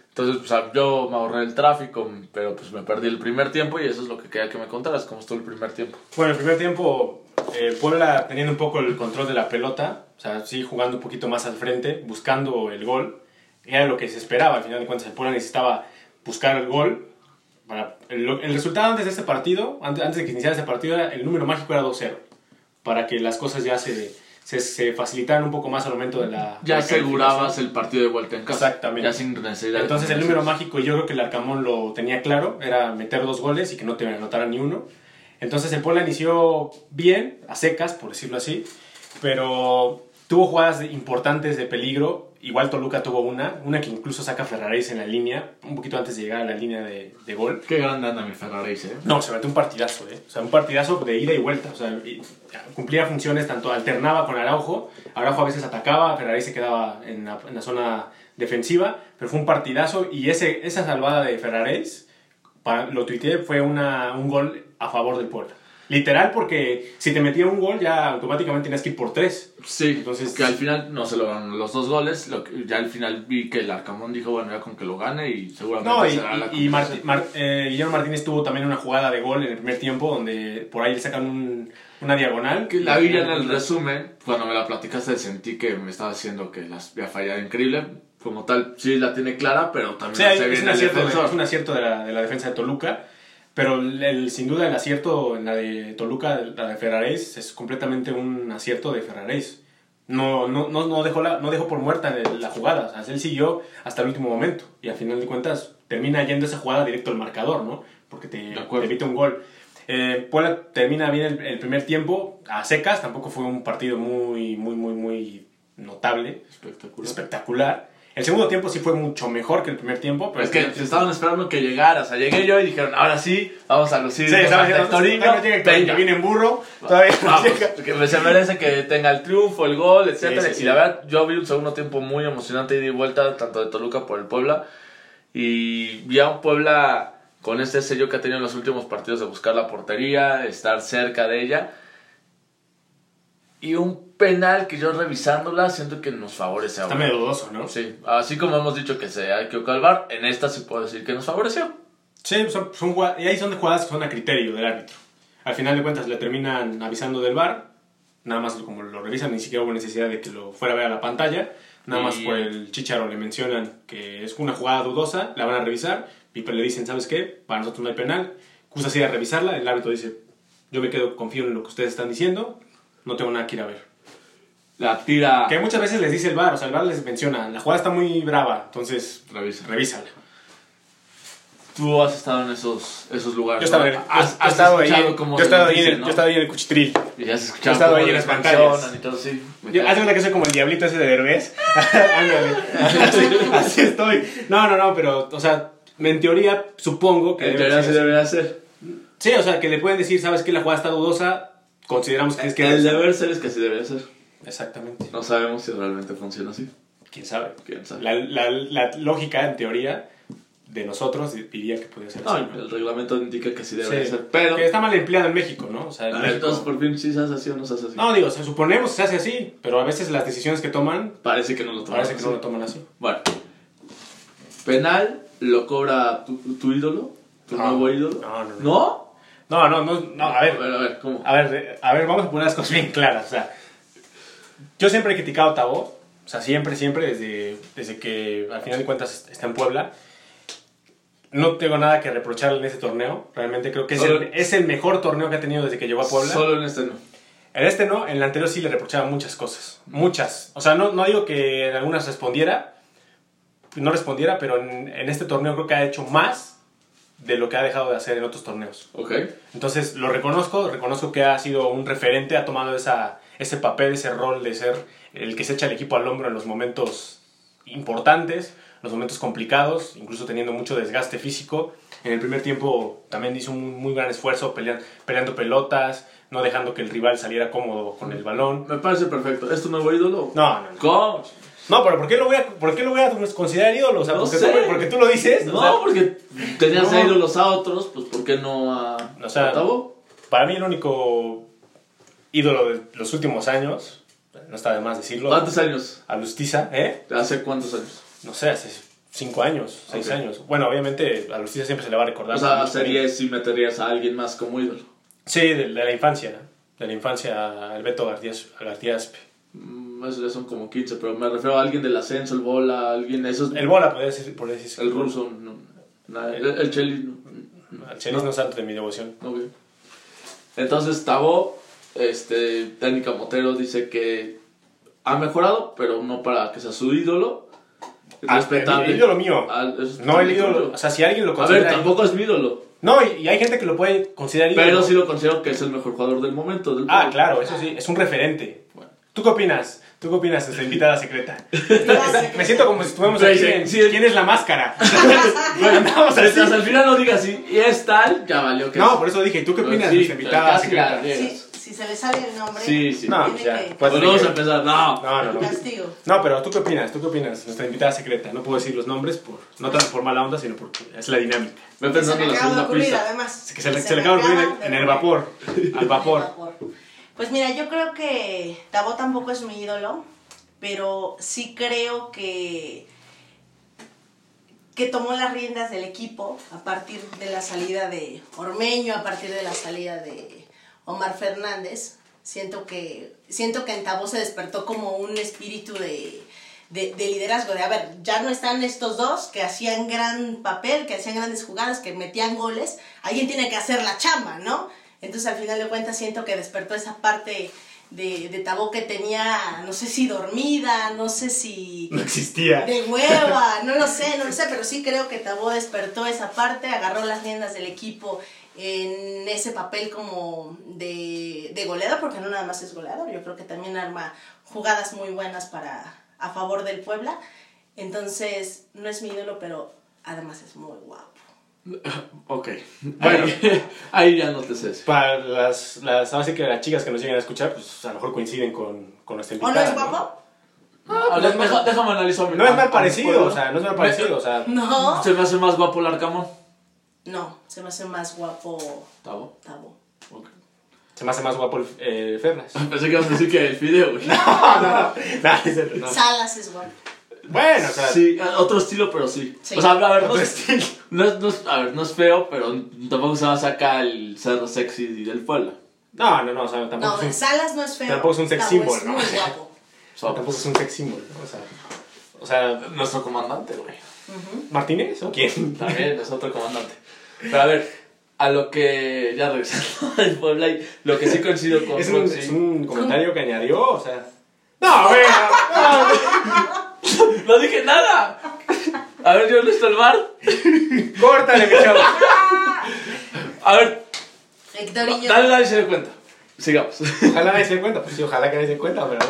Speaker 1: Entonces, pues ah, yo me ahorré el tráfico, pero pues me perdí el primer tiempo y eso es lo que quería que me contaras, cómo estuvo el primer tiempo.
Speaker 2: Bueno, el primer tiempo, eh, Puebla teniendo un poco el control de la pelota, o sea, sí jugando un poquito más al frente, buscando el gol. Era lo que se esperaba, al final de cuentas, el Puebla necesitaba buscar el gol. Para el, el resultado antes de este partido, antes, antes de que iniciara este partido, era- el número mágico era 2-0, para que las cosas ya se, se, se facilitaran un poco más al momento de la...
Speaker 1: Ya
Speaker 2: de la
Speaker 1: asegurabas el partido de vuelta en casa.
Speaker 2: Exactamente.
Speaker 1: Ya sin necesidad. de
Speaker 2: Entonces el
Speaker 1: tener-
Speaker 2: número mágico, y yo creo que el Arcamón lo tenía claro, era meter dos goles y que no te anotaran ni uno. Entonces el Puebla inició bien, a secas, por decirlo así, pero tuvo jugadas de- importantes de peligro. Igual Toluca tuvo una, una que incluso saca Ferraréis en la línea, un poquito antes de llegar a la línea de, de gol.
Speaker 1: Qué grande anda mi Ferrari, ¿eh?
Speaker 2: No, se metió un partidazo, ¿eh? O sea, un partidazo de ida y vuelta. O sea, y- cumplía funciones, tanto alternaba con Araujo. Araujo a veces atacaba, Ferrari se quedaba en la, en la zona defensiva. Pero fue un partidazo y ese, esa salvada de Ferraréis, para- lo tuiteé, fue una, un gol a favor del Puebla. Literal, porque si te metía un gol, ya automáticamente tenías que ir por tres.
Speaker 1: Sí,
Speaker 2: Entonces-
Speaker 1: que al final no se lograron los dos goles. Lo que- ya al final vi que el Arcamón dijo, bueno, ya con que lo gane y seguramente
Speaker 2: No, y,
Speaker 1: será la
Speaker 2: y- y Marti-
Speaker 1: compensación.
Speaker 2: Mar- eh, Guillermo Martínez tuvo también una jugada de gol en el primer tiempo, donde por ahí le sacan un- una diagonal.
Speaker 1: Que La vi ya en el resumen, cuando me la platicaste sentí que me estaba diciendo que las había fallado increíble. Como tal, sí la tiene clara, pero también
Speaker 2: Sí,
Speaker 1: la
Speaker 2: hay-
Speaker 1: hace
Speaker 2: es,
Speaker 1: bien
Speaker 2: un
Speaker 1: el
Speaker 2: acierto, de,
Speaker 1: defensor.
Speaker 2: es un acierto de la, de la defensa de Toluca, pero el, el- sin duda el acierto en la de Toluca, la de Ferraréis, es completamente un acierto de Ferraréis. No, no, no, no, dejó la, no dejó por muerta la jugada, o sea, él siguió hasta el último momento y al final de cuentas termina yendo esa jugada directo al marcador, ¿no? Porque porque te,
Speaker 1: De acuerdo.
Speaker 2: te evita un gol. Eh, Puebla termina bien el, el primer tiempo a secas, tampoco fue un partido muy, muy, muy, muy notable,
Speaker 1: Espectacular.
Speaker 2: espectacular. El segundo tiempo sí fue mucho mejor que el primer tiempo, pero
Speaker 1: es
Speaker 2: el
Speaker 1: que
Speaker 2: primer
Speaker 1: se
Speaker 2: tiempo-
Speaker 1: estaban esperando que llegara. O sea, llegué yo y dijeron, ahora sí, vamos a lucir.
Speaker 2: Sí,
Speaker 1: con
Speaker 2: estaba
Speaker 1: Santa
Speaker 2: diciendo,
Speaker 1: Victorino,
Speaker 2: todavía no llega Hectorinho,
Speaker 1: venga.
Speaker 2: viene en burro, todavía no
Speaker 1: Vamos,
Speaker 2: llega.
Speaker 1: que se merece que tenga el triunfo, el gol, etcétera.
Speaker 2: Sí, sí, sí.
Speaker 1: Y la verdad, yo vi un segundo tiempo muy emocionante ida y vuelta, tanto de Toluca por el Puebla. Y ya un Puebla con este sello que ha tenido en los últimos partidos de buscar la portería, estar cerca de ella. Y un penal que yo revisándola siento que nos favorece
Speaker 2: Está
Speaker 1: ahora.
Speaker 2: medio dudoso, ¿no?
Speaker 1: Sí, así como hemos dicho que se hay que calvar, en esta sí puedo decir que nos favoreció.
Speaker 2: Sí, son, son jugada- y ahí son jugadas que son a criterio del árbitro. Al final de cuentas le terminan avisando del bar, nada más como lo revisan, ni siquiera hubo necesidad de que lo fuera a ver a la pantalla, nada más
Speaker 1: Y-
Speaker 2: por el chicharo le mencionan que es una jugada dudosa, la van a revisar, y pues le dicen, ¿sabes qué? Para nosotros no hay penal, Cusa sigue a revisarla, el árbitro dice, yo me quedo, confío en lo que ustedes están diciendo, no tengo nada que ir a ver.
Speaker 1: La tira.
Speaker 2: Que muchas veces les dice el bar, o sea, el bar les menciona, la jugada está muy brava, entonces
Speaker 1: Revisa.
Speaker 2: revísala.
Speaker 1: Tú has estado en esos, esos lugares.
Speaker 2: Yo estaba,
Speaker 1: ¿no?
Speaker 2: en- yo-
Speaker 1: Has,
Speaker 2: yo
Speaker 1: has
Speaker 2: estaba ahí,
Speaker 1: escuchado
Speaker 2: yo
Speaker 1: cómo se
Speaker 2: estaba
Speaker 1: les
Speaker 2: ahí en
Speaker 1: dice,
Speaker 2: el-
Speaker 1: ¿no?
Speaker 2: yo estaba ahí en el cuchitril.
Speaker 1: Y ya has
Speaker 2: Yo
Speaker 1: escuchado
Speaker 2: estaba
Speaker 1: cómo
Speaker 2: ahí en
Speaker 1: les
Speaker 2: las pantallas.
Speaker 1: mencionan y todo, sí.
Speaker 2: Yo, haz de cuenta que soy como el diablito ese de Derbez. Ándale. así, así estoy. No, no, no, pero, o sea, en teoría supongo que.
Speaker 1: En
Speaker 2: debe
Speaker 1: teoría
Speaker 2: ser
Speaker 1: se
Speaker 2: así.
Speaker 1: debería hacer.
Speaker 2: Sí, o sea, que le pueden decir, ¿sabes qué? La jugada está dudosa. Consideramos que es que.
Speaker 1: el deber ser es que sí debería ser.
Speaker 2: Exactamente.
Speaker 1: No sabemos si realmente funciona así.
Speaker 2: ¿Quién sabe?
Speaker 1: Quién sabe.
Speaker 2: La, la- la lógica, en teoría, de nosotros diría que podría ser
Speaker 1: No,
Speaker 2: así. ¿no?
Speaker 1: el reglamento indica que sí debería
Speaker 2: Sí.
Speaker 1: ser. Pero,
Speaker 2: Que está mal empleado en México, ¿no? O sea, en
Speaker 1: a ver,
Speaker 2: México-
Speaker 1: entonces por fin sí se hace así o no se hace así.
Speaker 2: No, digo, o sea, suponemos que se hace así, pero a veces las decisiones que toman
Speaker 1: Parece que no lo tomaron
Speaker 2: Pues parece que no
Speaker 1: así.
Speaker 2: lo toman así.
Speaker 1: Bueno, penal lo cobra tu, tu ídolo, tu
Speaker 2: No.
Speaker 1: nuevo ídolo.
Speaker 2: Ah. No, no, no.
Speaker 1: ¿No?
Speaker 2: No, no, no, no, a ver.
Speaker 1: A ver, a ver, ¿cómo?
Speaker 2: A ver, eh, a ver, vamos a poner las cosas bien claras. O sea, yo siempre he criticado a Tabó, o sea, siempre, siempre, desde, desde que al final de cuentas está en Puebla. No tengo nada que reprocharle en este torneo. Realmente creo que es,
Speaker 1: Solo-
Speaker 2: el, es el mejor torneo que ha tenido desde que llegó a Puebla.
Speaker 1: Solo en este no.
Speaker 2: En este no, en el anterior sí le reprochaba muchas cosas. Muchas. O sea, no, no digo que en algunas respondiera, no respondiera, pero en, en este torneo creo que ha hecho más de lo que ha dejado de hacer en otros torneos.
Speaker 1: Ok.
Speaker 2: Entonces lo reconozco, reconozco que ha sido un referente, ha tomado esa, ese papel, ese rol de ser el que se echa el equipo al hombro en los momentos importantes, los momentos complicados, incluso teniendo mucho desgaste físico. En el primer tiempo también hizo un muy gran esfuerzo pelean- peleando pelotas, no dejando que el rival saliera cómodo con el balón.
Speaker 1: Me parece perfecto. ¿Es tu nuevo ídolo?
Speaker 2: No, no, no.
Speaker 1: ¿Cómo?
Speaker 2: No, pero ¿por qué lo voy a, por qué lo voy a considerar ídolo? O sea,
Speaker 1: No
Speaker 2: porque,
Speaker 1: sé.
Speaker 2: Tú, porque tú lo dices. o
Speaker 1: No,
Speaker 2: sea,
Speaker 1: porque tenías
Speaker 2: No.
Speaker 1: a ídolos a otros, pues ¿por qué no a,
Speaker 2: O sea,
Speaker 1: a Tabo?
Speaker 2: para mí el único ídolo de los últimos años, no está de más decirlo.
Speaker 1: ¿Cuántos años?
Speaker 2: Alustiza, ¿eh?
Speaker 1: ¿Hace cuántos años?
Speaker 2: No sé, hace cinco años, seis
Speaker 1: Ok.
Speaker 2: años. Bueno, obviamente a Alustiza siempre se le va a recordar.
Speaker 1: O sea,
Speaker 2: Como-
Speaker 1: sería si meterías a alguien más como ídolo.
Speaker 2: Sí, de, de la infancia, ¿no? de la infancia al Beto García, García Aspe.
Speaker 1: Mm, Esos ya son como 15, pero me refiero a alguien del ascenso, el bola, alguien, esos.
Speaker 2: El Bola, podría decir, podría decir
Speaker 1: el ruso, no, na- el, el Chelis, no.
Speaker 2: Al Chelis no santo de mi devoción.
Speaker 1: Ok. Entonces, Tabo, este, Técnica Motero dice que ha mejorado, pero no para que sea su ídolo. Respetable.
Speaker 2: Ah, El ídolo mío.
Speaker 1: Ah, eso es
Speaker 2: No el
Speaker 1: tuyo.
Speaker 2: ídolo, o sea, si alguien lo
Speaker 1: A ver,
Speaker 2: considera...
Speaker 1: tampoco es mi ídolo,
Speaker 2: No, y, y hay gente que lo puede considerar ídolo.
Speaker 1: pero sí lo considero que es el mejor jugador del momento. del
Speaker 2: Ah,
Speaker 1: fútbol.
Speaker 2: claro, eso sí, es un referente.
Speaker 1: Bueno.
Speaker 2: ¿Tú qué opinas? ¿Tú qué opinas, nuestra invitada secreta?
Speaker 3: secreta.
Speaker 2: Me siento como si estuviéramos
Speaker 1: Güey,
Speaker 2: aquí
Speaker 1: sí,
Speaker 2: en
Speaker 1: sí, el-
Speaker 2: ¿Quién es la máscara? Andamos así.
Speaker 1: Mientras al final no digas así, y es tal, ya valió que
Speaker 2: No, por eso dije, ¿tú qué
Speaker 1: Pero
Speaker 2: opinas
Speaker 1: sí,
Speaker 2: de nuestra invitada
Speaker 1: casi la
Speaker 2: secreta?
Speaker 1: riegas.
Speaker 3: Si, si se le sale el nombre,
Speaker 1: Sí, sí.
Speaker 2: No,
Speaker 3: Tiene
Speaker 2: ya,
Speaker 3: que-
Speaker 2: pues,
Speaker 1: Pues vamos a
Speaker 2: dije-
Speaker 1: empezar, no.
Speaker 2: No, no, no.
Speaker 3: castigo.
Speaker 2: No, pero ¿tú qué opinas? ¿Tú qué opinas? Nuestra invitada secreta. No puedo decir los nombres, por, no tanto por mala onda, sino porque es la dinámica.
Speaker 1: Ve
Speaker 3: Que se
Speaker 1: pensando
Speaker 3: me
Speaker 1: en la
Speaker 3: acaba de
Speaker 1: segunda
Speaker 3: ocurrir,
Speaker 1: pista.
Speaker 3: además.
Speaker 2: Que se, le-
Speaker 3: Se
Speaker 2: se le
Speaker 3: me
Speaker 2: acaba de ocurrir
Speaker 3: acaba
Speaker 2: en
Speaker 3: de
Speaker 2: el
Speaker 3: ocurrir.
Speaker 2: vapor. Al vapor.
Speaker 3: Pues mira, yo creo que Tabo tampoco es mi ídolo, pero sí creo que que tomó las riendas del equipo a partir de la salida de Ormeño, a partir de la salida de Omar Fernández. Siento que siento que en Tabo se despertó como un espíritu de de, de liderazgo, de a ver, ya no están estos dos que hacían gran papel, que hacían grandes jugadas, que metían goles, alguien tiene que hacer la chamba, ¿no? Entonces al final de cuentas siento que despertó esa parte de, de Tabó que tenía, no sé si dormida, no sé si
Speaker 2: No existía.
Speaker 3: de hueva, no lo sé, no lo sé, pero sí creo que Tabó despertó esa parte, agarró las riendas del equipo en ese papel como de, de goleador, porque no nada más es goleador, yo creo que también arma jugadas muy buenas para a favor del Puebla. Entonces, no es mi ídolo, pero además es muy guapo.
Speaker 1: Ok. Bueno, ahí ya no te sé.
Speaker 2: Para las, las, ahora sí que las chicas que nos lleguen a escuchar, pues a lo mejor coinciden con, con nuestra
Speaker 3: ¿O no
Speaker 2: invitada.
Speaker 3: es guapo?
Speaker 1: Ah, pues déjame, déjame analizar. mi-
Speaker 2: No es
Speaker 1: a- a
Speaker 2: mal
Speaker 1: mi
Speaker 2: parecido,
Speaker 1: pueblo.
Speaker 2: o sea, no es mal parecido, o sea.
Speaker 3: No.
Speaker 1: Se me hace más guapo el Arcamón.
Speaker 3: No, se me hace más guapo
Speaker 1: Tabo.
Speaker 3: Tabo.
Speaker 1: Ok.
Speaker 2: Se me hace más guapo el eh, Fernas.
Speaker 1: Pensé que ibas a decir que el fideo, güey.
Speaker 2: Nah, es cierto, no.
Speaker 3: Salas es guapo.
Speaker 2: Bueno, o sea,
Speaker 1: Sí, eh, otro estilo, pero sí.
Speaker 3: Sí.
Speaker 1: O sea, a ver, no
Speaker 2: Otro
Speaker 1: es,
Speaker 2: estilo.
Speaker 1: no es- no es- a ver, no es feo, pero tampoco se va a sacar el cerdo sexy del pueblo.
Speaker 2: No, no, no, o sea,
Speaker 3: No,
Speaker 2: tampoco, es, un,
Speaker 3: Salas no es feo.
Speaker 2: tampoco es un sex
Speaker 3: Tabo
Speaker 2: symbol,
Speaker 3: es
Speaker 2: ¿no?
Speaker 3: muy guapo.
Speaker 1: O sea, pues,
Speaker 2: tampoco es un sex symbol, ¿no? o sea. O sea,
Speaker 1: nuestro comandante, güey.
Speaker 2: ¿Martínez o quién?
Speaker 1: También es otro comandante. Pero a ver, a lo que. Ya regresando al pueblo, y lo que sí coincido con
Speaker 2: Es un,
Speaker 1: Roxy-
Speaker 2: es un comentario que añadió, o sea. No, güey, no, no,
Speaker 1: ¡No dije nada! A ver, yo no estoy el bar.
Speaker 2: córtale, mi chavo.
Speaker 1: A ver,
Speaker 3: Hectorillo.
Speaker 1: dale la y se dé cuenta. Sigamos.
Speaker 2: Ojalá nadie se dé cuenta, pues sí, ojalá que nadie se dé cuenta, pero.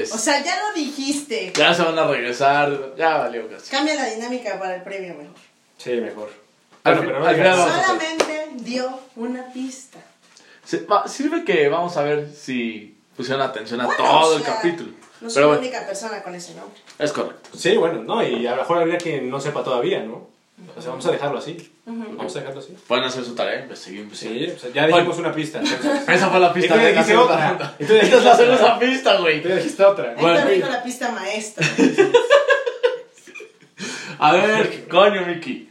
Speaker 1: Es-
Speaker 3: O sea, ya lo dijiste.
Speaker 1: ya se van a regresar. Ya valió casi.
Speaker 3: Cambia la dinámica para el premio mejor.
Speaker 2: Sí, mejor.
Speaker 1: Al
Speaker 2: Bueno,
Speaker 1: fin-
Speaker 2: pero no
Speaker 1: al
Speaker 2: digas-
Speaker 1: final- Vamos a hacer.
Speaker 3: Solamente dio una pista.
Speaker 1: Se- va- sirve que vamos a ver si pusieron atención a
Speaker 3: Bueno,
Speaker 1: todo
Speaker 3: o
Speaker 1: el
Speaker 3: sea,
Speaker 1: capítulo.
Speaker 3: No soy
Speaker 1: Pero
Speaker 3: la
Speaker 1: bueno,
Speaker 3: única persona con ese nombre.
Speaker 1: es correcto.
Speaker 2: Sí, bueno, no, y a lo mejor habría que no sepa todavía, ¿no? O sea, vamos a dejarlo así. Vamos a dejarlo así.
Speaker 1: Pueden hacer su tarea, investiguen, investiguen.
Speaker 2: Sí, o sea, ya dijimos una pista. entonces.
Speaker 1: Esa fue la pista.
Speaker 2: Y tú
Speaker 1: de
Speaker 2: dijiste
Speaker 1: la
Speaker 2: otra.
Speaker 1: segunda.
Speaker 2: Y tú
Speaker 1: Esta
Speaker 2: dijiste
Speaker 1: es la
Speaker 2: otra.
Speaker 1: segunda pista, güey.
Speaker 2: Tú ya dijiste otra.
Speaker 1: Bueno.
Speaker 3: Héctor dijo la pista maestra.
Speaker 1: A ver, coño, Miki.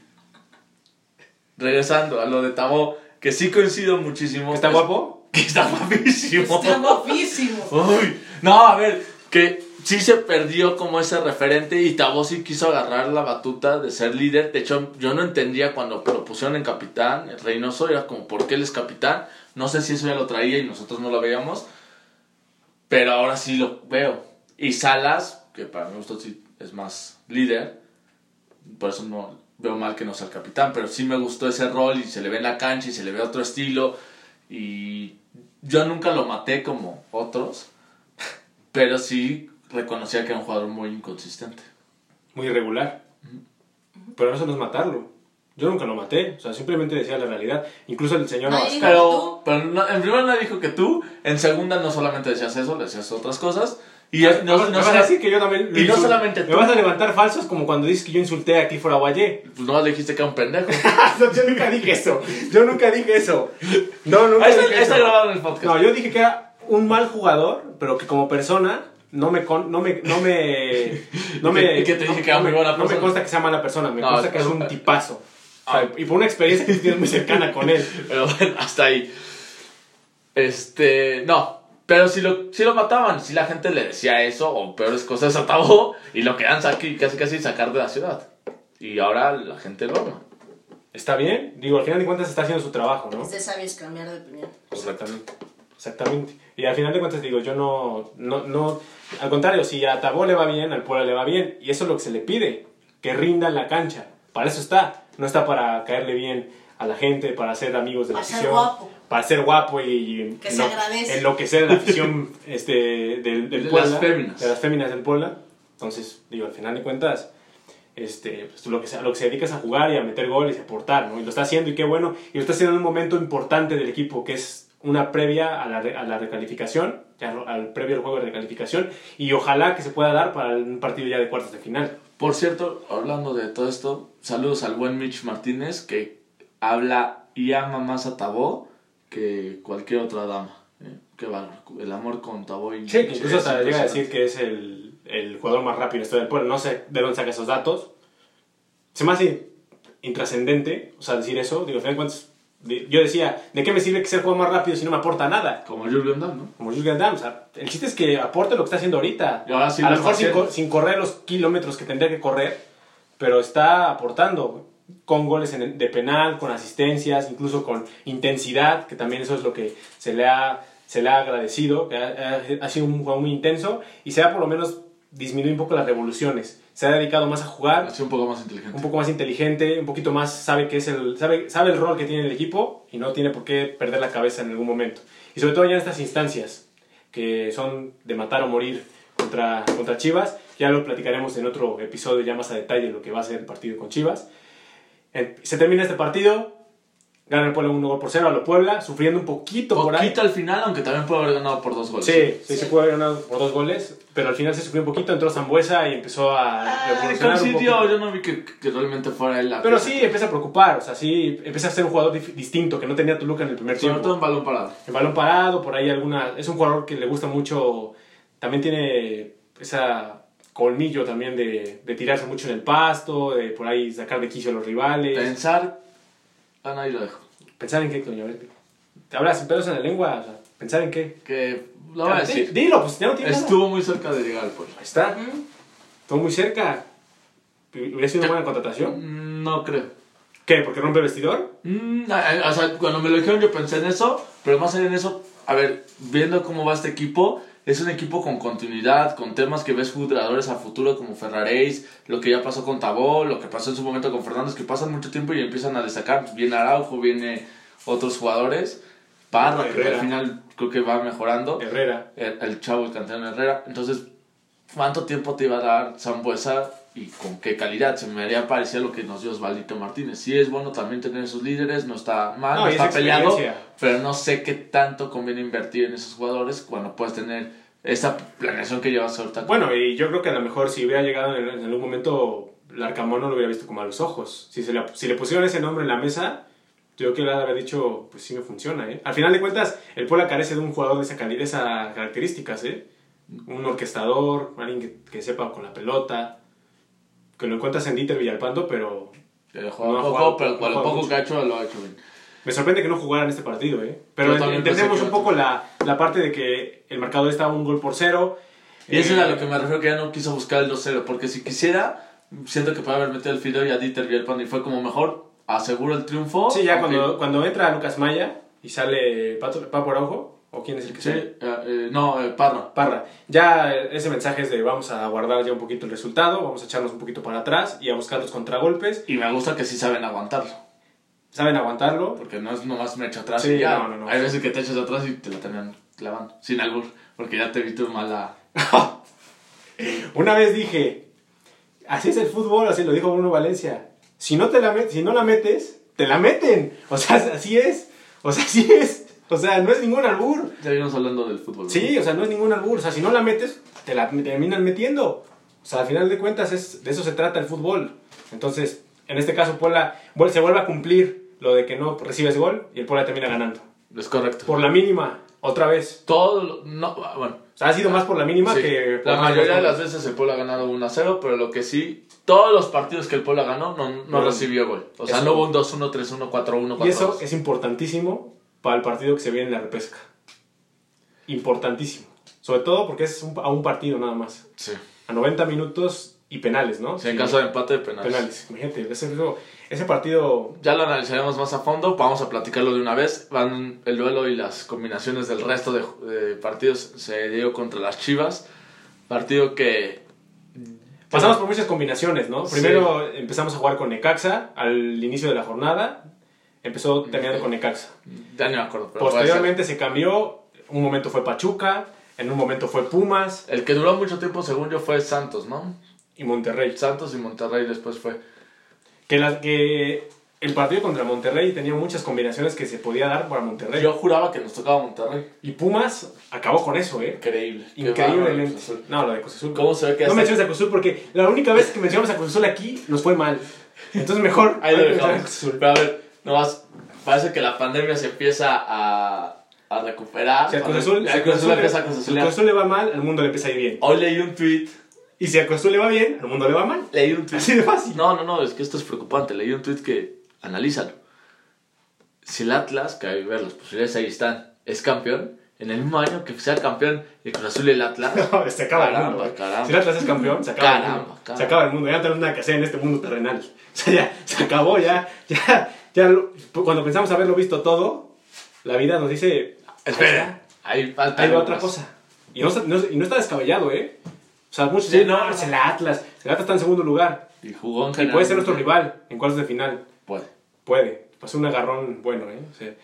Speaker 1: Regresando a lo de Tabo, que sí coincido muchísimo.
Speaker 2: ¿Está
Speaker 1: Es-
Speaker 2: guapo?
Speaker 1: Que está guapísimo.
Speaker 3: Está guapísimo.
Speaker 1: Uy, no, a ver, que sí se perdió como ese referente y Tabo sí quiso agarrar la batuta de ser líder. De hecho, yo no entendía cuando lo pusieron en capitán, el Reynoso, era como, ¿por qué él es capitán? No sé si eso ya lo traía y nosotros no lo veíamos, pero ahora sí lo veo. Y Salas, que para mi gusto sí es más líder, por eso no veo mal que no sea el capitán, pero sí me gustó ese rol y se le ve en la cancha y se le ve otro estilo y yo nunca lo maté como otros, pero sí reconocía que era un jugador muy inconsistente.
Speaker 2: Muy irregular. Pero eso no es matarlo. Yo nunca lo maté. O sea, simplemente decía la realidad. Incluso el señor
Speaker 3: Ay,
Speaker 2: Abascal.
Speaker 1: Pero,
Speaker 3: ¿Tú?
Speaker 1: pero no- en primer lugar dijo que tú, en segunda no solamente decías eso, le decías otras cosas y no, Ah, no,
Speaker 2: Ah, ¿Me
Speaker 1: no
Speaker 2: vas
Speaker 1: sola-
Speaker 2: a decir que yo también. lo
Speaker 1: y no
Speaker 2: insulté?
Speaker 1: solamente
Speaker 2: Me
Speaker 1: tú.
Speaker 2: vas a levantar falsos como cuando dices que yo insulté a Clifford Aguayé.
Speaker 1: pues nomás le dijiste que era un pendejo.
Speaker 2: yo nunca dije eso. Yo nunca dije eso. No, nunca
Speaker 1: Ahí está,
Speaker 2: dije
Speaker 1: ahí está
Speaker 2: Ah, eso.
Speaker 1: grabado en el podcast.
Speaker 2: No, yo dije que era un mal jugador, pero que como persona no me con- no me no me no
Speaker 1: ¿Y qué-
Speaker 2: me
Speaker 1: y qué te dije
Speaker 2: no-
Speaker 1: que era
Speaker 2: no
Speaker 1: muy
Speaker 2: me-
Speaker 1: buena
Speaker 2: No
Speaker 1: persona?
Speaker 2: me consta que sea mala persona, me
Speaker 1: No,
Speaker 2: consta
Speaker 1: es-
Speaker 2: que es un Ah. tipazo. O sea, y por una experiencia que tienes muy cercana con él.
Speaker 1: Pero bueno, hasta ahí. Este, no. Pero si lo, si lo mataban, si la gente le decía eso o peores cosas a Tabo y lo querían aquí casi casi sacar de la ciudad. Y ahora la gente lo ama.
Speaker 2: ¿Está bien? Digo, al final de cuentas está haciendo su trabajo, ¿no?
Speaker 3: Es de sabios cambiar de opinión.
Speaker 2: Exactamente. Exactamente. Y al final de cuentas digo, yo no no no al contrario, si a Tabó le va bien, al Puebla le va bien, y eso es lo que se le pide, que rinda en la cancha. Para eso está, no está para caerle bien a la gente, para ser amigos de la
Speaker 3: Para ser
Speaker 2: afición.
Speaker 3: guapo.
Speaker 2: para ser guapo y
Speaker 3: Que se agradece.
Speaker 2: enloquecer a la afición este, del, del
Speaker 1: De
Speaker 2: Puebla,
Speaker 1: las féminas.
Speaker 2: de las féminas del Puebla. Entonces, digo, al final de cuentas, este, pues, tú lo, que, se- a lo que se dedica es a jugar y a meter goles y a aportar, ¿no? Y lo está haciendo y qué bueno. Y lo está haciendo en un momento importante del equipo, que es una previa a la, re- a la recalificación, ya lo- al previo al juego de recalificación. Y ojalá que se pueda dar para un partido ya de cuartos de final.
Speaker 1: Por cierto, hablando de todo esto, saludos al buen Mitch Martínez que habla y ama más a Tabo que cualquier otra dama. ¿eh? Qué bárbaro. El amor con Tabo y
Speaker 2: Sí, que incluso
Speaker 1: es
Speaker 2: hasta llega a decir
Speaker 1: impresionante.
Speaker 2: que es el, el jugador más rápido en la historia del pueblo. No sé de dónde saca esos datos. Se me hace intrascendente, o sea, decir eso. Digo, al final de cuentas, de- yo decía, ¿de qué me sirve que sea el jugador más rápido si no me aporta nada?
Speaker 1: Como Julian Damm, ¿no?
Speaker 2: Como Julian Damm, o sea, el chiste es que aporte lo que está haciendo ahorita.
Speaker 1: Y ahora sí
Speaker 2: a
Speaker 1: lo
Speaker 2: lo
Speaker 1: está
Speaker 2: mejor sin,
Speaker 1: haciendo.
Speaker 2: co- sin correr los kilómetros que tendría que correr, pero está aportando con goles en el- de penal, con asistencias, incluso con intensidad, que también eso es lo que se le ha se le ha agradecido, que ha, ha- ha sido un jugador muy intenso y se ha por lo menos disminuido un poco las revoluciones. Se ha dedicado más a jugar,
Speaker 1: Ha sido un poco más inteligente.
Speaker 2: un poco más inteligente, un poquito más sabe que es el sabe, sabe el rol que tiene el equipo y no tiene por qué perder la cabeza en algún momento. Y sobre todo ya en estas instancias que son de matar o morir contra, contra Chivas, ya lo platicaremos en otro episodio ya más a detalle lo que va a ser el partido con Chivas. Eh, Se termina este partido, gana el Puebla 1 gol por 0 a lo Puebla, sufriendo un poquito, por ahí.
Speaker 1: Poquito al final, aunque también puede haber ganado por dos goles.
Speaker 2: Sí, sí,
Speaker 3: Sí.
Speaker 2: se pudo haber ganado por dos goles, pero al final se sufrió un poquito, entró Zambuesa y empezó a
Speaker 1: Ah,
Speaker 2: revolucionar un poquito.
Speaker 1: coincidió, yo no vi que, que realmente fuera él la
Speaker 2: Pero
Speaker 1: pieza.
Speaker 2: sí, empieza a preocupar, o sea, sí, empieza a ser un jugador dif- distinto que no tenía Toluca en el primer
Speaker 1: Sobre
Speaker 2: tiempo.
Speaker 1: todo en balón parado.
Speaker 2: El balón parado, por ahí alguna. Es un jugador que le gusta mucho. También tiene esa colmillo también de, de tirarse mucho en el pasto, de por ahí sacar de quicio a los rivales.
Speaker 1: Pensar. Ah, no, ahí lo dejo.
Speaker 2: Pensar en qué, coño, a ver, te hablas sin pelos en la lengua, o sea, pensar en qué.
Speaker 1: Que lo voy a
Speaker 2: Di-
Speaker 1: decir.
Speaker 2: Dilo, pues ya no tiene nada.
Speaker 1: Estuvo muy cerca de llegar pues. al Puebla.
Speaker 2: Ahí está. Estuvo muy cerca. Hubiera sido una buena contratación.
Speaker 1: No creo.
Speaker 2: ¿Qué? ¿Porque rompe el vestidor?
Speaker 1: Mm, a- a- o sea, cuando me lo dijeron yo pensé en eso, pero más allá en eso, a ver, viendo cómo va este equipo, es un equipo con continuidad, con temas que ves jugadores a futuro como Ferraréis, lo que ya pasó con Tabó, lo que pasó en su momento con Fernández, que pasan mucho tiempo y empiezan a destacar. Pues, Viene Araujo, viene otros jugadores, Parra, que
Speaker 2: Herrera.
Speaker 1: al final creo que va mejorando,
Speaker 2: Herrera.
Speaker 1: el, el chavo, el canterano Herrera. Entonces, ¿cuánto tiempo te iba a dar Zambuesa y con qué calidad? Se me haría parecer lo que nos dio Osvaldito Martínez. Sí, es bueno también tener esos líderes, no está mal,
Speaker 2: No,
Speaker 1: no,
Speaker 2: y
Speaker 1: está
Speaker 2: es
Speaker 1: peleado,
Speaker 2: experiencia.
Speaker 1: pero no sé qué tanto conviene invertir en esos jugadores cuando puedes tener esa planeación que llevas ahorita.
Speaker 2: Bueno, y yo creo que a lo mejor si hubiera llegado en, en algún momento, Larcamón no lo hubiera visto con malos ojos. Si, se le, si le pusieron ese nombre en la mesa, yo creo que le habría dicho, pues sí me funciona, ¿eh? Al final de cuentas, el Puebla carece de un jugador de, esa cali- de esas características, ¿eh? Un orquestador, alguien que, que sepa con la pelota, que lo encuentras en Dieter Villalpando, pero
Speaker 1: que juega
Speaker 2: no ha
Speaker 1: poco,
Speaker 2: jugado-
Speaker 1: pero
Speaker 2: no
Speaker 1: con lo
Speaker 2: juega
Speaker 1: poco
Speaker 2: mucho.
Speaker 1: que ha hecho lo ha hecho bien.
Speaker 2: me sorprende que no jugaran este partido, ¿eh? Pero
Speaker 1: Yo
Speaker 2: en-
Speaker 1: también pensé
Speaker 2: entendemos
Speaker 1: que
Speaker 2: un
Speaker 1: iba a
Speaker 2: poco la, la parte de que el marcador estaba un gol por cero.
Speaker 1: Y eso
Speaker 2: eh,
Speaker 1: era lo que me refiero que ya no quiso buscar el 2-0, porque si quisiera, siento que puede haber metido el Fideo y a Dieter Villalpando y fue como mejor aseguro el triunfo.
Speaker 2: Sí, ya
Speaker 1: aunque-
Speaker 2: cuando, cuando entra Lucas Maya y sale Pato, Papo Araujo, o quién es el que
Speaker 1: Sí,
Speaker 2: sale,
Speaker 1: eh, eh, no, eh, Parra.
Speaker 2: Parra, ya eh, ese mensaje es de vamos a guardar ya un poquito el resultado, vamos a echarnos un poquito para atrás y a buscar los contragolpes.
Speaker 1: Y me gusta que sí saben aguantarlo.
Speaker 2: Saben aguantarlo.
Speaker 1: Porque no es nomás me echo atrás
Speaker 2: Sí,
Speaker 1: y ya.
Speaker 2: no, no, no.
Speaker 1: Hay veces que te echas atrás y te la terminan clavando. Sin albur. Porque ya te vi tu mala.
Speaker 2: Una vez dije, así es el fútbol, así lo dijo Bruno Valencia. Si no, te la, met- si no la metes, te la meten. O sea, así es. O sea, así es. O sea, no es ningún albur.
Speaker 1: Ya vimos hablando del fútbol. ¿no?
Speaker 2: Sí, o sea, no es ningún albur. O sea, si no la metes, te la te terminan metiendo. O sea, al final de cuentas, es, de eso se trata el fútbol. Entonces, en este caso, Puebla vuel- se vuelve a cumplir lo de que no recibes gol y el Puebla termina ganando.
Speaker 1: Es correcto.
Speaker 2: Por la mínima, otra vez.
Speaker 1: Todo. lo- No, ah, bueno.
Speaker 2: O sea, ha sido más por la mínima
Speaker 1: sí.
Speaker 2: que. por
Speaker 1: la
Speaker 2: más
Speaker 1: mayoría de
Speaker 2: goles.
Speaker 1: las veces el Puebla ha ganado 1 0. Pero lo que sí. Todos los partidos que el Puebla ganó no, no
Speaker 2: No.
Speaker 1: recibió gol. O sea,
Speaker 2: Eso.
Speaker 1: no hubo un 2-1, 3-1, 4-1, 4-2.
Speaker 2: Y eso es importantísimo para el partido que se viene en la repesca. Importantísimo. Sobre todo porque es un- a un partido nada más.
Speaker 1: Sí.
Speaker 2: A 90 minutos y penales, ¿no?
Speaker 1: Sí, en
Speaker 2: Sí,
Speaker 1: caso de empate de penales.
Speaker 2: penales. Imagínate, ese, ese partido
Speaker 1: Ya lo analizaremos más a fondo, vamos a platicarlo de una vez. Van el duelo y las combinaciones del resto de, de partidos se dio contra las Chivas. Partido que
Speaker 2: Pasamos por muchas combinaciones, ¿no?
Speaker 1: Sí.
Speaker 2: Primero empezamos a jugar con Necaxa al inicio de la jornada. Empezó terminando con Necaxa.
Speaker 1: ya no me acuerdo. Pero puede
Speaker 2: Posteriormente se cambió. Un momento fue Pachuca, en un momento fue Pumas
Speaker 1: ser. El que duró mucho tiempo, según yo, fue Santos, ¿no?
Speaker 2: y Monterrey.
Speaker 1: Santos y Monterrey después fue.
Speaker 2: Que, las que el partido contra Monterrey tenía muchas combinaciones que se podía dar para Monterrey.
Speaker 1: Yo juraba que nos tocaba Monterrey.
Speaker 2: Y Pumas acabó con eso, ¿eh?
Speaker 1: Increíble. Qué bárbaro,
Speaker 2: Increíblemente.
Speaker 1: Cruz Azul.
Speaker 2: No, lo de Cruz Azul.
Speaker 1: ¿Cómo se ve que
Speaker 2: No
Speaker 1: hace-
Speaker 2: menciones a Cruz Azul porque la única vez que mencionamos a Cruz Azul aquí nos fue mal. Entonces mejor
Speaker 1: Ahí
Speaker 2: hay
Speaker 1: lo
Speaker 2: que mencionar a Cruz
Speaker 1: dejamos.
Speaker 2: Azul.
Speaker 1: Pero a ver, nomás, parece que la pandemia se empieza a, a recuperar.
Speaker 2: Si al Cruz Azul, si
Speaker 1: El
Speaker 2: al Cruz Azul le-
Speaker 1: empieza a Cruz
Speaker 2: si al
Speaker 1: Azulear.
Speaker 2: Cruz Azul le va mal, al mundo le empieza a ir bien.
Speaker 1: Hoy leí un tweet.
Speaker 2: Y si al Cruz Azul le va bien, al mundo le va mal.
Speaker 1: Leí un
Speaker 2: Así
Speaker 1: tweet.
Speaker 2: de fácil.
Speaker 1: No, no, no, es que esto es preocupante. Leí un tweet que analízalo. Si el Atlas, que hay ver las posibilidades ahí están, es campeón, en el mismo año que sea campeón el Cruz Azul y el Atlas,
Speaker 2: se este acaba el
Speaker 1: Caramba,
Speaker 2: mundo. güey.
Speaker 1: caramba.
Speaker 2: Si el Atlas es campeón, se acaba el
Speaker 1: Caramba,
Speaker 2: mundo.
Speaker 1: caramba.
Speaker 2: Se acaba el mundo. Ya no tenemos nada que hacer en este mundo terrenal. O sea, ya se acabó, ya. ya, ya lo- cuando pensamos haberlo visto todo, la vida nos dice.
Speaker 1: Espera. Ahí falta
Speaker 2: Ahí va
Speaker 1: algo
Speaker 2: otra
Speaker 1: más.
Speaker 2: cosa. Y no, está- no- y no está descabellado, ¿eh? O sea, muchos
Speaker 1: Sí,
Speaker 2: dicen,
Speaker 1: no,
Speaker 2: no,
Speaker 1: no.
Speaker 2: es el Atlas. El Atlas está en segundo lugar.
Speaker 1: Y jugó en
Speaker 2: Y
Speaker 1: general.
Speaker 2: puede ser nuestro rival en cuartos de final.
Speaker 1: Puede.
Speaker 2: Puede. Pasó un agarrón bueno, ¿eh? O sea,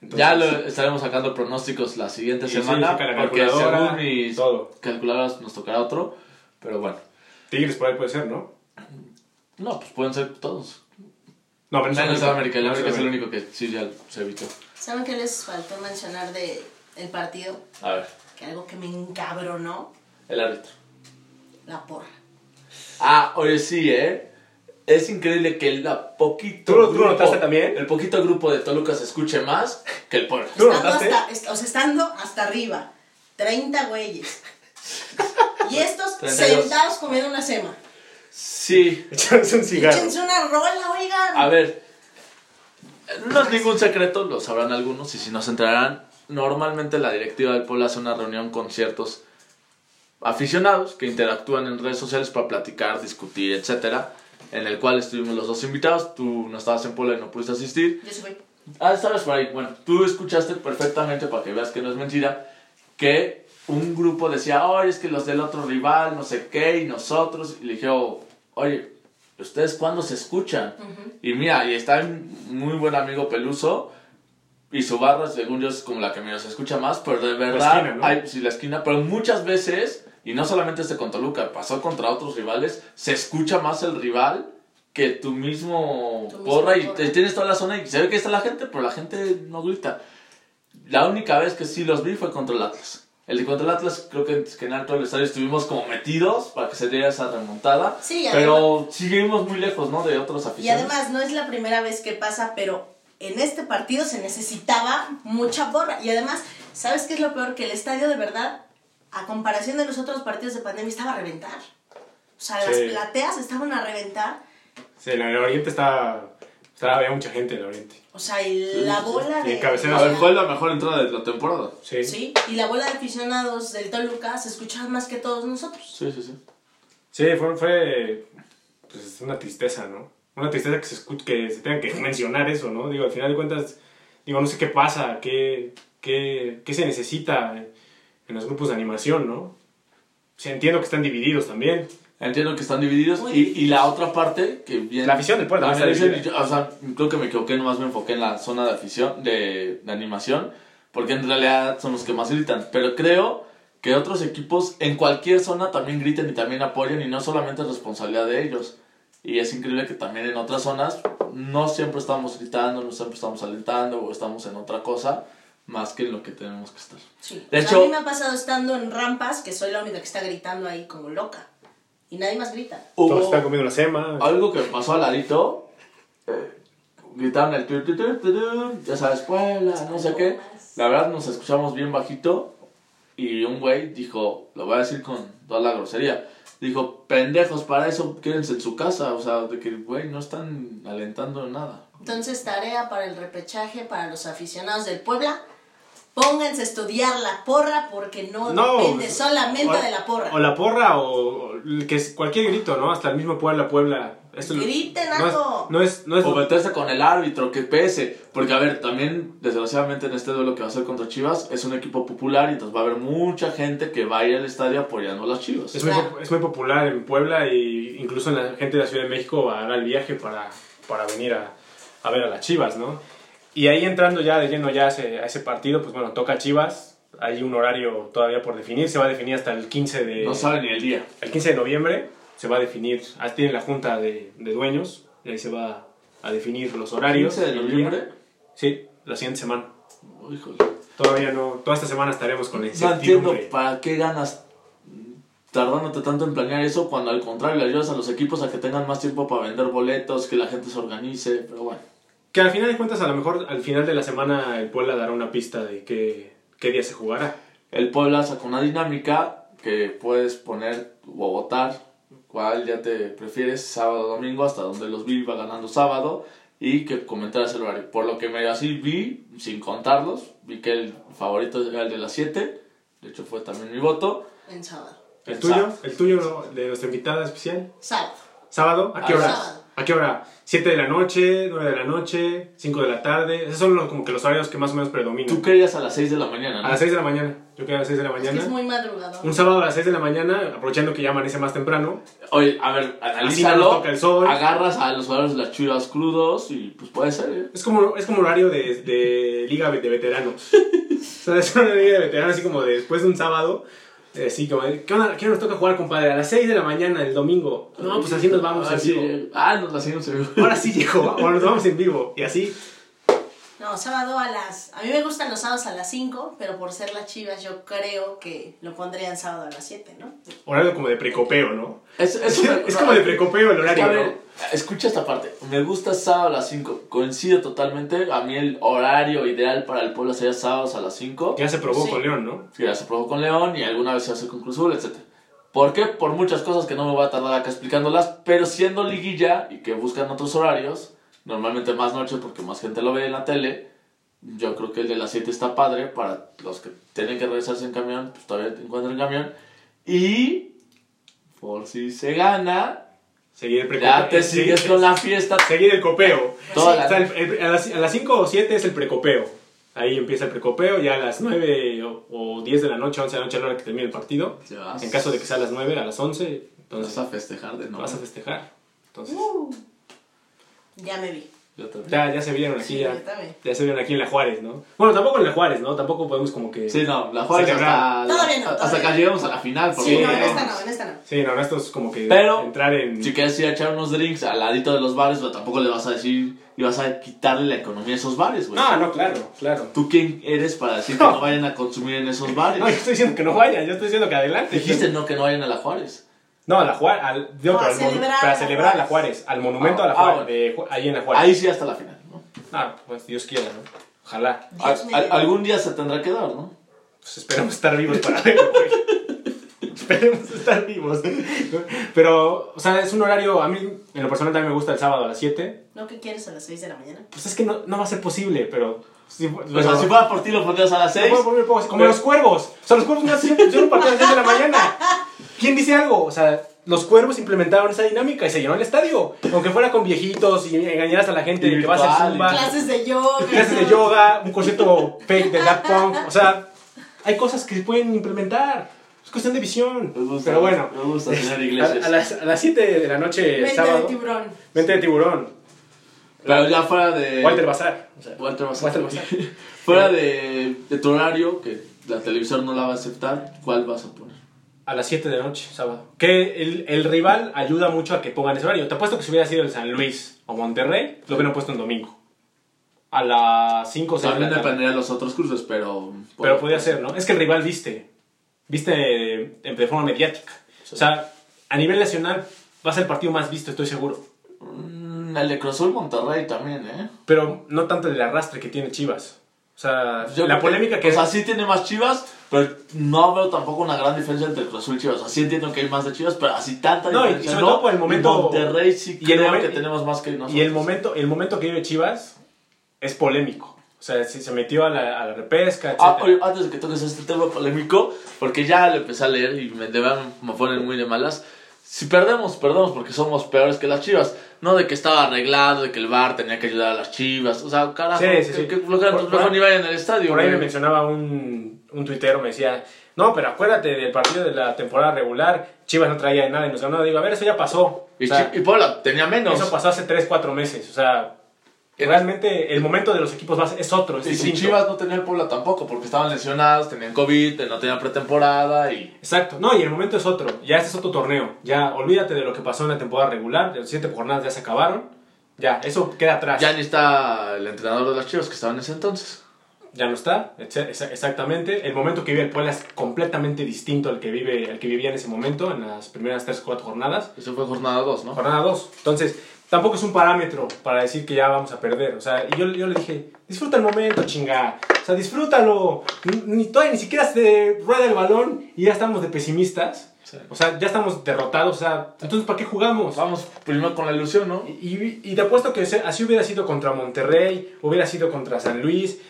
Speaker 2: entonces-
Speaker 1: ya lo estaremos sacando pronósticos la siguiente
Speaker 2: Y sí,
Speaker 1: semana.
Speaker 2: saca la
Speaker 1: porque
Speaker 2: calculadora,
Speaker 1: según mis
Speaker 2: todo.
Speaker 1: calculadoras nos tocará otro. Pero bueno.
Speaker 2: Tigres por ahí puede ser, ¿no?
Speaker 1: No, pues pueden ser todos.
Speaker 2: No,
Speaker 1: Menos América. El América es el
Speaker 2: Sudamérica.
Speaker 1: único que sí ya se evitó.
Speaker 3: ¿Saben qué les faltó mencionar de el partido?
Speaker 1: A ver.
Speaker 3: Que algo que me encabronó,
Speaker 1: El árbitro.
Speaker 3: la porra.
Speaker 1: Ah, oye, sí, ¿eh? Es increíble que el poquito.
Speaker 2: ¿Tú lo- tú lo notaste también?
Speaker 1: El poquito grupo de Toluca se escuche más que el Puebla.
Speaker 2: ¿Tú lo
Speaker 3: Estando
Speaker 2: notaste?
Speaker 3: hasta- est- o sea, estando hasta arriba, 30 güeyes. y estos
Speaker 1: 32.
Speaker 3: sentados comiendo una sema.
Speaker 1: Sí.
Speaker 2: Echarse un cigarro.
Speaker 3: Échense una rola, oigan.
Speaker 1: A ver. No es ningún secreto, lo sabrán algunos y si nos entrarán. Normalmente la directiva del Puebla hace una reunión con ciertos aficionados que interactúan en redes sociales para platicar, discutir, etcétera. En el cual estuvimos los dos invitados. Tú no estabas en Puebla y no pudiste asistir.
Speaker 3: Yo sí voy.
Speaker 1: Ah, estabas por ahí. Bueno, tú escuchaste perfectamente para que veas que no es mentira. Que un grupo decía, oye, es que los del otro rival, no sé qué, y nosotros. Y le dije, "Oh, oye, ¿ustedes cuándo se escuchan? Y mira, y está un muy buen amigo Peluso. Y su barra, según yo, es como la que menos se escucha más, pero de verdad,
Speaker 2: esquina, ¿no?
Speaker 1: hay, sí, la esquina, pero muchas veces, y no solamente este con Toluca, pasó contra otros rivales, se escucha más el rival que tu mismo
Speaker 3: Tu mismo
Speaker 1: porra y
Speaker 3: porra.
Speaker 1: te- tienes toda la zona y se ve que está la gente, pero la gente no grita. La única vez que sí los vi fue contra el Atlas. El de contra el Atlas, creo que, en- que en alto del estadio estuvimos como metidos para que se diera esa remontada.
Speaker 3: Sí,
Speaker 1: pero seguimos muy lejos, ¿no? De otros
Speaker 3: Y
Speaker 1: aficionados.
Speaker 3: además, no es la primera vez que pasa, pero en este partido se necesitaba mucha porra. Y además, ¿sabes qué es lo peor? Que el estadio de verdad, a comparación de los otros partidos de pandemia, estaba a reventar. O sea, las
Speaker 2: Sí.
Speaker 3: plateas estaban a reventar.
Speaker 2: Sí, en el Oriente está, está había mucha gente en el Oriente.
Speaker 3: O sea, y la
Speaker 1: sí, sí.
Speaker 3: bola
Speaker 2: Y
Speaker 3: de...
Speaker 2: cabeceras.
Speaker 1: A ver, fue la mejor entrada de la temporada.
Speaker 2: Sí. Sí,
Speaker 3: Sí, y la bola de aficionados del Toluca se escuchaba más que todos nosotros.
Speaker 1: Sí, sí, sí.
Speaker 2: fue, fue pues, una tristeza, ¿no? Una tristeza que se, escu- que se tenga que mencionar eso, ¿no? Digo, al final de cuentas, digo, no sé qué pasa, qué, qué, qué se necesita en los grupos de animación, ¿no? Sí, entiendo que están divididos también.
Speaker 1: Entiendo que están divididos.
Speaker 3: Muy
Speaker 1: Y, y
Speaker 3: divididos.
Speaker 1: la otra parte que viene.
Speaker 2: La afición del Puebla
Speaker 1: La
Speaker 2: también está
Speaker 1: afición, yo- o sea, creo que me equivoqué, nomás me enfoqué en la zona de afición, de, de animación, porque en realidad son los que más gritan. Pero creo que otros equipos en cualquier zona también griten y también apoyen, y no solamente es responsabilidad de ellos. Y es increíble que también en otras zonas no siempre estamos gritando, no siempre estamos alentando o estamos en otra cosa más que en lo que tenemos que estar.
Speaker 3: Sí.
Speaker 1: De
Speaker 3: O sea,
Speaker 1: hecho-
Speaker 3: a mí me ha pasado estando en rampas que soy la única que está gritando ahí como loca. Y nadie más grita.
Speaker 2: Todos
Speaker 1: Hubo- Ah,
Speaker 2: están comiendo la sema.
Speaker 1: Algo que me pasó al ladito, eh, gritaron el tu, tu, tu, tu, tu, ya sabes, Puebla, no sé qué. La verdad nos escuchamos bien bajito y un güey dijo, lo voy a decir con toda la grosería, dijo, pendejos, para eso quédense en su casa, o sea, de que, güey, no están alentando nada.
Speaker 3: Entonces, tarea para el repechaje, para los aficionados del Puebla. Pónganse a estudiar la porra porque no, depende
Speaker 2: pues,
Speaker 3: solamente
Speaker 2: o-
Speaker 3: de la porra.
Speaker 2: O la porra o, o el que es cualquier grito, ¿no? Hasta el mismo Puebla, Puebla. Esto lo-
Speaker 3: Griten
Speaker 2: no es-
Speaker 3: algo.
Speaker 2: No es, no es,
Speaker 1: O meterse con el árbitro, que pese, porque a ver, también, desgraciadamente en este duelo que va a ser contra Chivas, es un equipo popular y entonces va a haber mucha gente que va a ir al estadio apoyando a las Chivas.
Speaker 2: es muy,
Speaker 3: Claro.
Speaker 2: po- es muy popular en Puebla y incluso en la gente de la Ciudad de México hará el viaje para, para venir a, a ver a las Chivas, ¿no? Y ahí entrando ya de lleno ya a ese, a ese partido, pues bueno, toca Chivas. Hay un horario todavía por definir. Se va a definir hasta el 15 de...
Speaker 1: No saben ni el día.
Speaker 2: El 15 de noviembre se va a definir, ah, tienen la junta de, de dueños, y ahí se va a definir los horarios.
Speaker 1: 15 de
Speaker 2: el
Speaker 1: noviembre. Oh,
Speaker 2: día. Sí, la siguiente semana.
Speaker 1: Híjole.
Speaker 2: Todavía no, toda esta semana estaremos con la
Speaker 1: No entiendo
Speaker 2: incertidumbre.
Speaker 1: para qué ganas tardándote tanto en planear eso cuando al contrario le ayudas a los equipos a que tengan más tiempo para vender boletos, que la gente se organice, pero bueno.
Speaker 2: que al final de cuentas, a lo mejor al final de la semana el Puebla dará una pista de qué, qué día se jugará.
Speaker 1: El Puebla sacó una dinámica que puedes poner o votar cuál ya te prefieres, sábado o domingo, hasta donde los vi va ganando sábado y que comentaras el horario. Por lo que medio así vi, sin contarlos, vi que el favorito era el de las 7, de hecho fue también mi voto.
Speaker 3: En sábado.
Speaker 2: ¿El
Speaker 1: El
Speaker 2: tuyo?
Speaker 1: sábado.
Speaker 2: ¿El tuyo no, de nuestra invitada especial?
Speaker 3: Sábado.
Speaker 2: ¿Sábado? ¿A qué
Speaker 1: Ah,
Speaker 2: hora?
Speaker 3: sábado.
Speaker 2: ¿A qué hora? 7 de la noche, 9 de la noche, 5 de la tarde. Esos son los- como que los horarios que más o menos
Speaker 1: Tú
Speaker 2: predominan.
Speaker 1: querías a las 6 de la mañana, ¿no?
Speaker 2: A las 6 de la mañana. Yo quedé a las 6 de la
Speaker 3: Es que
Speaker 2: mañana.
Speaker 3: es muy madrugador.
Speaker 2: Un sábado a las 6 de la mañana, aprovechando que ya amanece más temprano.
Speaker 1: Oye, a ver,
Speaker 2: Así no
Speaker 1: analízalo.
Speaker 2: toca el sol.
Speaker 1: Agarras a los jugadores de las chivas crudos y pues puede ser, ¿eh?
Speaker 2: Es como, es como horario de, de liga de veteranos. o sea, es una liga de veteranos así como de después de un sábado. eh, Así como, de, ¿qué, onda, ¿qué hora nos toca jugar, compadre? A las 6 de la mañana, el domingo. No, pues así nos vamos
Speaker 1: Ahora
Speaker 2: en
Speaker 1: sí,
Speaker 2: vivo.
Speaker 1: eh, Ah, nos la seguimos en vivo.
Speaker 2: Ahora sí llegó, ahora nos vamos en vivo. Y así,
Speaker 3: No, sábado a las... A mí me gustan los sábados a las 5, pero por ser las chivas yo creo que lo pondrían sábado a las 7, ¿no?
Speaker 2: horario como de precopeo, ¿no?
Speaker 1: Es, es una-
Speaker 2: Es como de precopeo el
Speaker 1: Es que, a
Speaker 2: horario,
Speaker 1: ver,
Speaker 2: ¿no?
Speaker 1: escucha esta parte. Me gusta sábado a las 5. Coincido totalmente. A mí el horario ideal para el pueblo sería sábados a las 5.
Speaker 2: Ya se probó
Speaker 3: Sí.
Speaker 2: con León, ¿no?
Speaker 1: que ya se probó con León y alguna vez se hace con Cruz Azul, etc. ¿Por qué? Por muchas cosas que no me voy a tardar acá explicándolas, pero siendo liguilla y que buscan otros horarios, normalmente más noche porque más gente lo ve en la tele, yo creo que el de las 7 está padre para los que tienen que regresarse en camión, pues todavía encuentran camión. Y por si se gana,
Speaker 2: Seguir el precopeo.
Speaker 1: ya te sigues con la fiesta.
Speaker 2: Seguir el copeo.
Speaker 1: Toda
Speaker 2: O
Speaker 1: la
Speaker 2: sea, el- el- a, las, a las 5 o 7 es el precopeo. Ahí empieza el precopeo, ya a las 9 o, o 10 de la noche, 11 de la noche a la hora que termine el partido.
Speaker 1: Te vas-
Speaker 2: En caso de que sea a las 9, a las 11,
Speaker 1: Vas
Speaker 2: entonces
Speaker 1: a festejar de
Speaker 2: lo
Speaker 1: nuevo.
Speaker 2: vas a festejar. Entonces,
Speaker 3: Ya me vi.
Speaker 1: Yo también.
Speaker 2: ya, ya se vieron aquí,
Speaker 3: Sí,
Speaker 2: ya,
Speaker 3: yo también.
Speaker 2: ya se vieron aquí en la Juárez, ¿no? Bueno, tampoco en la Juárez, ¿no? Tampoco podemos como que...
Speaker 1: Sí, no, la Juárez
Speaker 2: Celebrar.
Speaker 1: hasta,
Speaker 3: Todavía no,
Speaker 1: hasta
Speaker 3: todavía
Speaker 1: que
Speaker 3: no.
Speaker 1: lleguemos a la final. porque
Speaker 3: Sí, no, en
Speaker 1: vamos.
Speaker 3: esta no, en esta no.
Speaker 2: Sí, no, esto es como que
Speaker 1: Pero-
Speaker 2: entrar en...
Speaker 1: Si quieres ir a echar unos drinks al ladito de los bares, pero tampoco le vas a decir y vas a quitarle la economía a esos bares, güey.
Speaker 2: No, no, claro, claro.
Speaker 1: ¿Tú quién eres para decir que no vayan a consumir en esos bares?
Speaker 2: No, yo estoy diciendo que no vaya, yo estoy diciendo que adelante.
Speaker 1: Dijiste no que no vayan a la Juárez.
Speaker 2: No, a la Juárez, al, yo, pero
Speaker 3: No, a
Speaker 2: al monu-
Speaker 3: celebrar
Speaker 2: para
Speaker 3: a la
Speaker 2: celebrar a la Juárez, al monumento a la
Speaker 1: Ah,
Speaker 2: Juárez,
Speaker 1: ah, bueno.
Speaker 2: de Ju- ahí en la Juárez.
Speaker 1: Ahí sí hasta la final, ¿no?
Speaker 2: Ah, pues Dios quiera, ¿no? Ojalá.
Speaker 1: A-
Speaker 3: Dios me
Speaker 1: a-
Speaker 3: libre.
Speaker 1: algún día se tendrá que dar, ¿no?
Speaker 2: Pues esperemos estar vivos para verlo, güey. esperemos estar vivos. Pero, o sea, es un horario, a mí en lo personal también me gusta el sábado a las 7.
Speaker 3: ¿No que quieres a las 6 de la mañana?
Speaker 2: Pues es que no, no va a ser posible, pero... sí,
Speaker 1: O sea,
Speaker 2: pero-
Speaker 1: Pues, si fuera por ti lo pondrías a las
Speaker 2: No
Speaker 1: 6.
Speaker 2: puedo poner pocos, como
Speaker 1: Pero-
Speaker 2: los cuervos. O sea, los cuervos no hacían pusieron un partido a las 10 de la mañana. ¿Quién dice algo? O sea, los cuervos implementaron esa dinámica y se llenó el estadio. Aunque fuera con viejitos y engañaras a la gente de que vas a hacer
Speaker 1: Virtual,
Speaker 2: zumba,
Speaker 1: Ah.
Speaker 3: Clases de yoga.
Speaker 2: clases de
Speaker 3: ¿no?
Speaker 2: yoga, un concierto fake de Daft Punk. O sea, hay cosas que se pueden implementar. Es cuestión de visión.
Speaker 1: Me gusta,
Speaker 2: Pero bueno.
Speaker 1: me gusta, señor
Speaker 2: A,
Speaker 1: Iglesias.
Speaker 2: a las, a las 7 de la noche,
Speaker 3: Mente de
Speaker 2: sábado,
Speaker 3: tiburón.
Speaker 2: mente de tiburón.
Speaker 1: Pero ya fuera de.
Speaker 2: Walter Bazar. O sea,
Speaker 1: Walter Bazar.
Speaker 2: Walter Bazar.
Speaker 1: fuera de, de tu horario, que la televisión no la va a aceptar, ¿cuál vas a poner?
Speaker 2: A las 7 de la noche, sábado. Que el, el rival ayuda mucho a que pongan ese horario. Te apuesto que si hubiera sido el San Luis o Monterrey, lo hubieran puesto en domingo. A las 5 o
Speaker 1: También
Speaker 2: 6 de Pues la tarde.
Speaker 1: dependería de los otros cruces, pero.
Speaker 2: Pero podía ser, ¿no? Es que el rival viste. Viste de, de forma mediática. O sea, a nivel nacional va a ser el partido más visto, estoy seguro.
Speaker 1: Mm, El de Cruz Azul Monterrey también, ¿eh?
Speaker 2: Pero no tanto el arrastre que tiene Chivas. O sea,
Speaker 1: Pues Yo creo
Speaker 2: la polémica que...
Speaker 1: O sea, sí tiene más chivas, pero no veo tampoco una gran diferencia entre Cruz Azul y chivas. O sea, sí entiendo que hay más de chivas, pero así tanta
Speaker 2: No, y
Speaker 1: diferencia.
Speaker 2: sobre todo por el momento-
Speaker 1: Y Monterrey sí
Speaker 2: y el
Speaker 1: creo
Speaker 2: momen-
Speaker 1: que tenemos más que nosotros.
Speaker 2: Y el momento, el momento que vive Chivas es polémico. O sea, se, se metió a la, a la repesca, etc.
Speaker 1: Ah, oye, antes de que toques este tema polémico, porque ya lo empecé a leer y me, de verdad me ponen muy de malas. Si perdemos, perdemos porque somos peores que las chivas. No de que estaba arreglado, de que el bar tenía que ayudar a las chivas. O sea, carajo,
Speaker 2: Sí, sí,
Speaker 1: que-
Speaker 2: sí.
Speaker 1: que flojera, entonces
Speaker 2: Por- por
Speaker 1: mejor
Speaker 2: ahí-
Speaker 1: ni vayan al estadio.
Speaker 2: Por ahí me
Speaker 1: güey.
Speaker 2: mencionaba un, un tuitero, me decía, no, pero acuérdate del partido de la temporada regular, Chivas no traía nada y nos ganó. Digo, a ver, eso ya pasó.
Speaker 1: y,
Speaker 2: O sea,
Speaker 1: Chi- y Puebla tenía menos.
Speaker 2: eso pasó hace 3, 4 meses. O sea, realmente el momento de los equipos va a ser- es otro, es
Speaker 1: Y si
Speaker 2: distinto.
Speaker 1: Chivas no tenía el Puebla tampoco, porque estaban lesionados, tenían COVID, no tenían pretemporada y...
Speaker 2: Exacto, no, y el momento es otro, ya este es otro torneo, ya olvídate de lo que pasó en la temporada regular, de las 7 jornadas ya se acabaron, ya, eso queda atrás.
Speaker 1: Ya ni está el entrenador de las Chivas que estaba en ese entonces.
Speaker 2: ya no está, exa- exa- exactamente. El momento que vive el Puebla es completamente distinto al que, vive, al que vivía en ese momento, en las primeras 3, 4 jornadas.
Speaker 1: Eso fue jornada 2, ¿no?
Speaker 2: Jornada 2. Entonces, tampoco es un parámetro para decir que ya vamos a perder. O sea, y yo, yo le dije, disfruta el momento, chinga. O sea, disfrútalo. Ni, ni- todavía ni siquiera se rueda el balón y ya estamos de pesimistas.
Speaker 1: Sí.
Speaker 2: O sea, ya estamos derrotados. O sea, entonces, ¿para qué jugamos?
Speaker 1: Vamos primero con la ilusión, ¿no?
Speaker 2: Y, y te apuesto que se- así hubiera sido contra Monterrey, hubiera sido contra San Luis.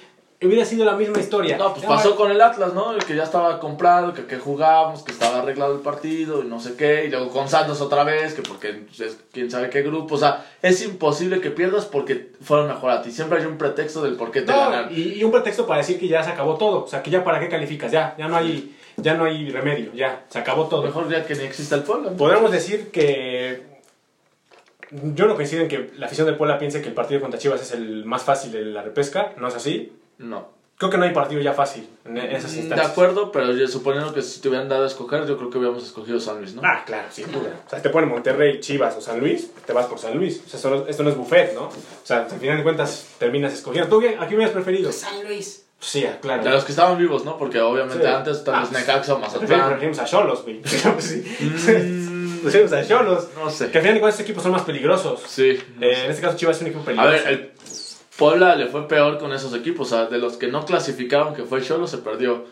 Speaker 2: hubiera sido la misma historia.
Speaker 1: No, pues
Speaker 2: Ah,
Speaker 1: pasó con el Atlas, ¿no? El que ya estaba comprado, que, que jugábamos, que estaba arreglado el partido y no sé qué. Y luego con Santos otra vez, que porque es quién sabe qué grupo. O sea, es imposible que pierdas porque fueron mejor a ti. Siempre hay un pretexto del por qué te
Speaker 2: No,
Speaker 1: ganaron.
Speaker 2: y, y un pretexto para decir que ya se acabó todo. O sea, que ya para qué calificas, ya, ya no hay, ya no hay remedio, ya, se acabó todo.
Speaker 1: Mejor ya que ni exista el pueblo. ¿no?
Speaker 2: Podemos decir que. Yo no coincido en que la afición de Puebla piense que el partido contra Chivas es el más fácil de la repesca, no es así.
Speaker 1: No.
Speaker 2: Creo que no hay partido ya fácil en en esas
Speaker 1: Mm, De
Speaker 2: instancias.
Speaker 1: acuerdo, pero yo- suponiendo que si te hubieran dado a escoger, yo creo que hubiéramos escogido San Luis, ¿no?
Speaker 2: Ah, claro, sin duda. O sea, te ponen Monterrey, Chivas o San Luis, te vas por San Luis. O sea, solo- esto no es buffet, ¿no? O sea, al final de cuentas terminas escogiendo. ¿Tú qué, a quién hubieras preferido?
Speaker 3: Pues, San Luis.
Speaker 2: Sí, claro.
Speaker 1: De los que estaban vivos, ¿no? Porque obviamente
Speaker 2: Sí.
Speaker 1: antes tal vez
Speaker 2: Ah,
Speaker 1: Necaxa o Mazatlán.
Speaker 2: Preferimos a Cholos, güey. Pues sí.
Speaker 1: Mm.
Speaker 2: Preferimos a Cholos.
Speaker 1: No sé.
Speaker 2: Que al final de cuentas estos equipos son más peligrosos.
Speaker 1: Sí.
Speaker 2: Eh, en este caso Chivas es un equipo
Speaker 1: A
Speaker 2: peligroso.
Speaker 1: ver, el Puebla le fue peor con esos equipos. O sea, de los que no clasificaron, que fue Cholo, se perdió.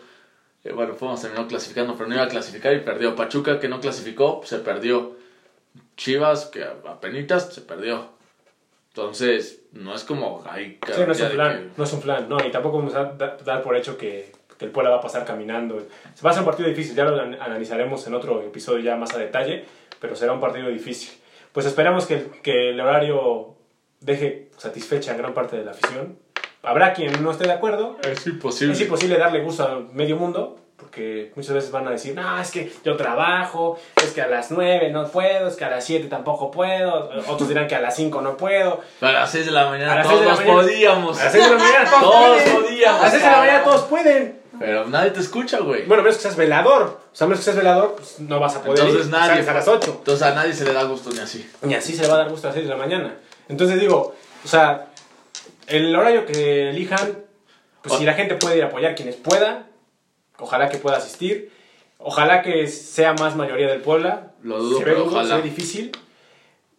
Speaker 1: Eh, bueno, Pumas terminó clasificando, pero no iba a clasificar y perdió. Pachuca, que no clasificó, se perdió. Chivas, que apenas se perdió. Entonces, no es como. Ay,
Speaker 2: Sí, no es
Speaker 1: ya
Speaker 2: un
Speaker 1: de
Speaker 2: plan,
Speaker 1: que-
Speaker 2: no es un plan, no, y tampoco vamos a da- dar por hecho que, que el Puebla va a pasar caminando. Se va a ser un partido difícil, ya lo an- analizaremos en otro episodio ya más a detalle, pero será un partido difícil. Pues esperamos que, que el horario deje satisfecha a gran parte de la afición. Habrá quien no esté de acuerdo,
Speaker 1: Es imposible.
Speaker 2: es imposible darle gusto a medio mundo, porque muchas veces van a decir, no, es que yo trabajo, es que a las 9 no puedo, es que a las 7 tampoco puedo, otros dirán que a las 5 no puedo,
Speaker 1: Pero a las 6 de la mañana
Speaker 2: A las
Speaker 1: todos
Speaker 2: seis de la mañana.
Speaker 1: podíamos.
Speaker 2: a las 6 de la mañana todos,
Speaker 1: Todos
Speaker 2: pueden.
Speaker 1: podíamos,
Speaker 2: A las 6 de la
Speaker 1: cabrón.
Speaker 2: mañana todos pueden.
Speaker 1: Pero nadie te escucha, güey.
Speaker 2: Bueno, a menos que seas velador. O sea, a menos que seas velador, pues no vas a poder
Speaker 1: Entonces
Speaker 2: ir.
Speaker 1: nadie.
Speaker 2: Sales a las 8.
Speaker 1: Entonces a nadie se le da gusto ni así.
Speaker 2: Y así se le va a dar gusto a las 6 de la mañana. Entonces digo, o sea, el horario que elijan, pues
Speaker 1: O-
Speaker 2: si la gente puede ir a apoyar quienes puedan, ojalá que pueda asistir. Ojalá que sea más mayoría del Puebla.
Speaker 1: Lo dudo,
Speaker 2: se ve
Speaker 1: pero
Speaker 2: duro,
Speaker 1: ojalá.
Speaker 2: se ve difícil.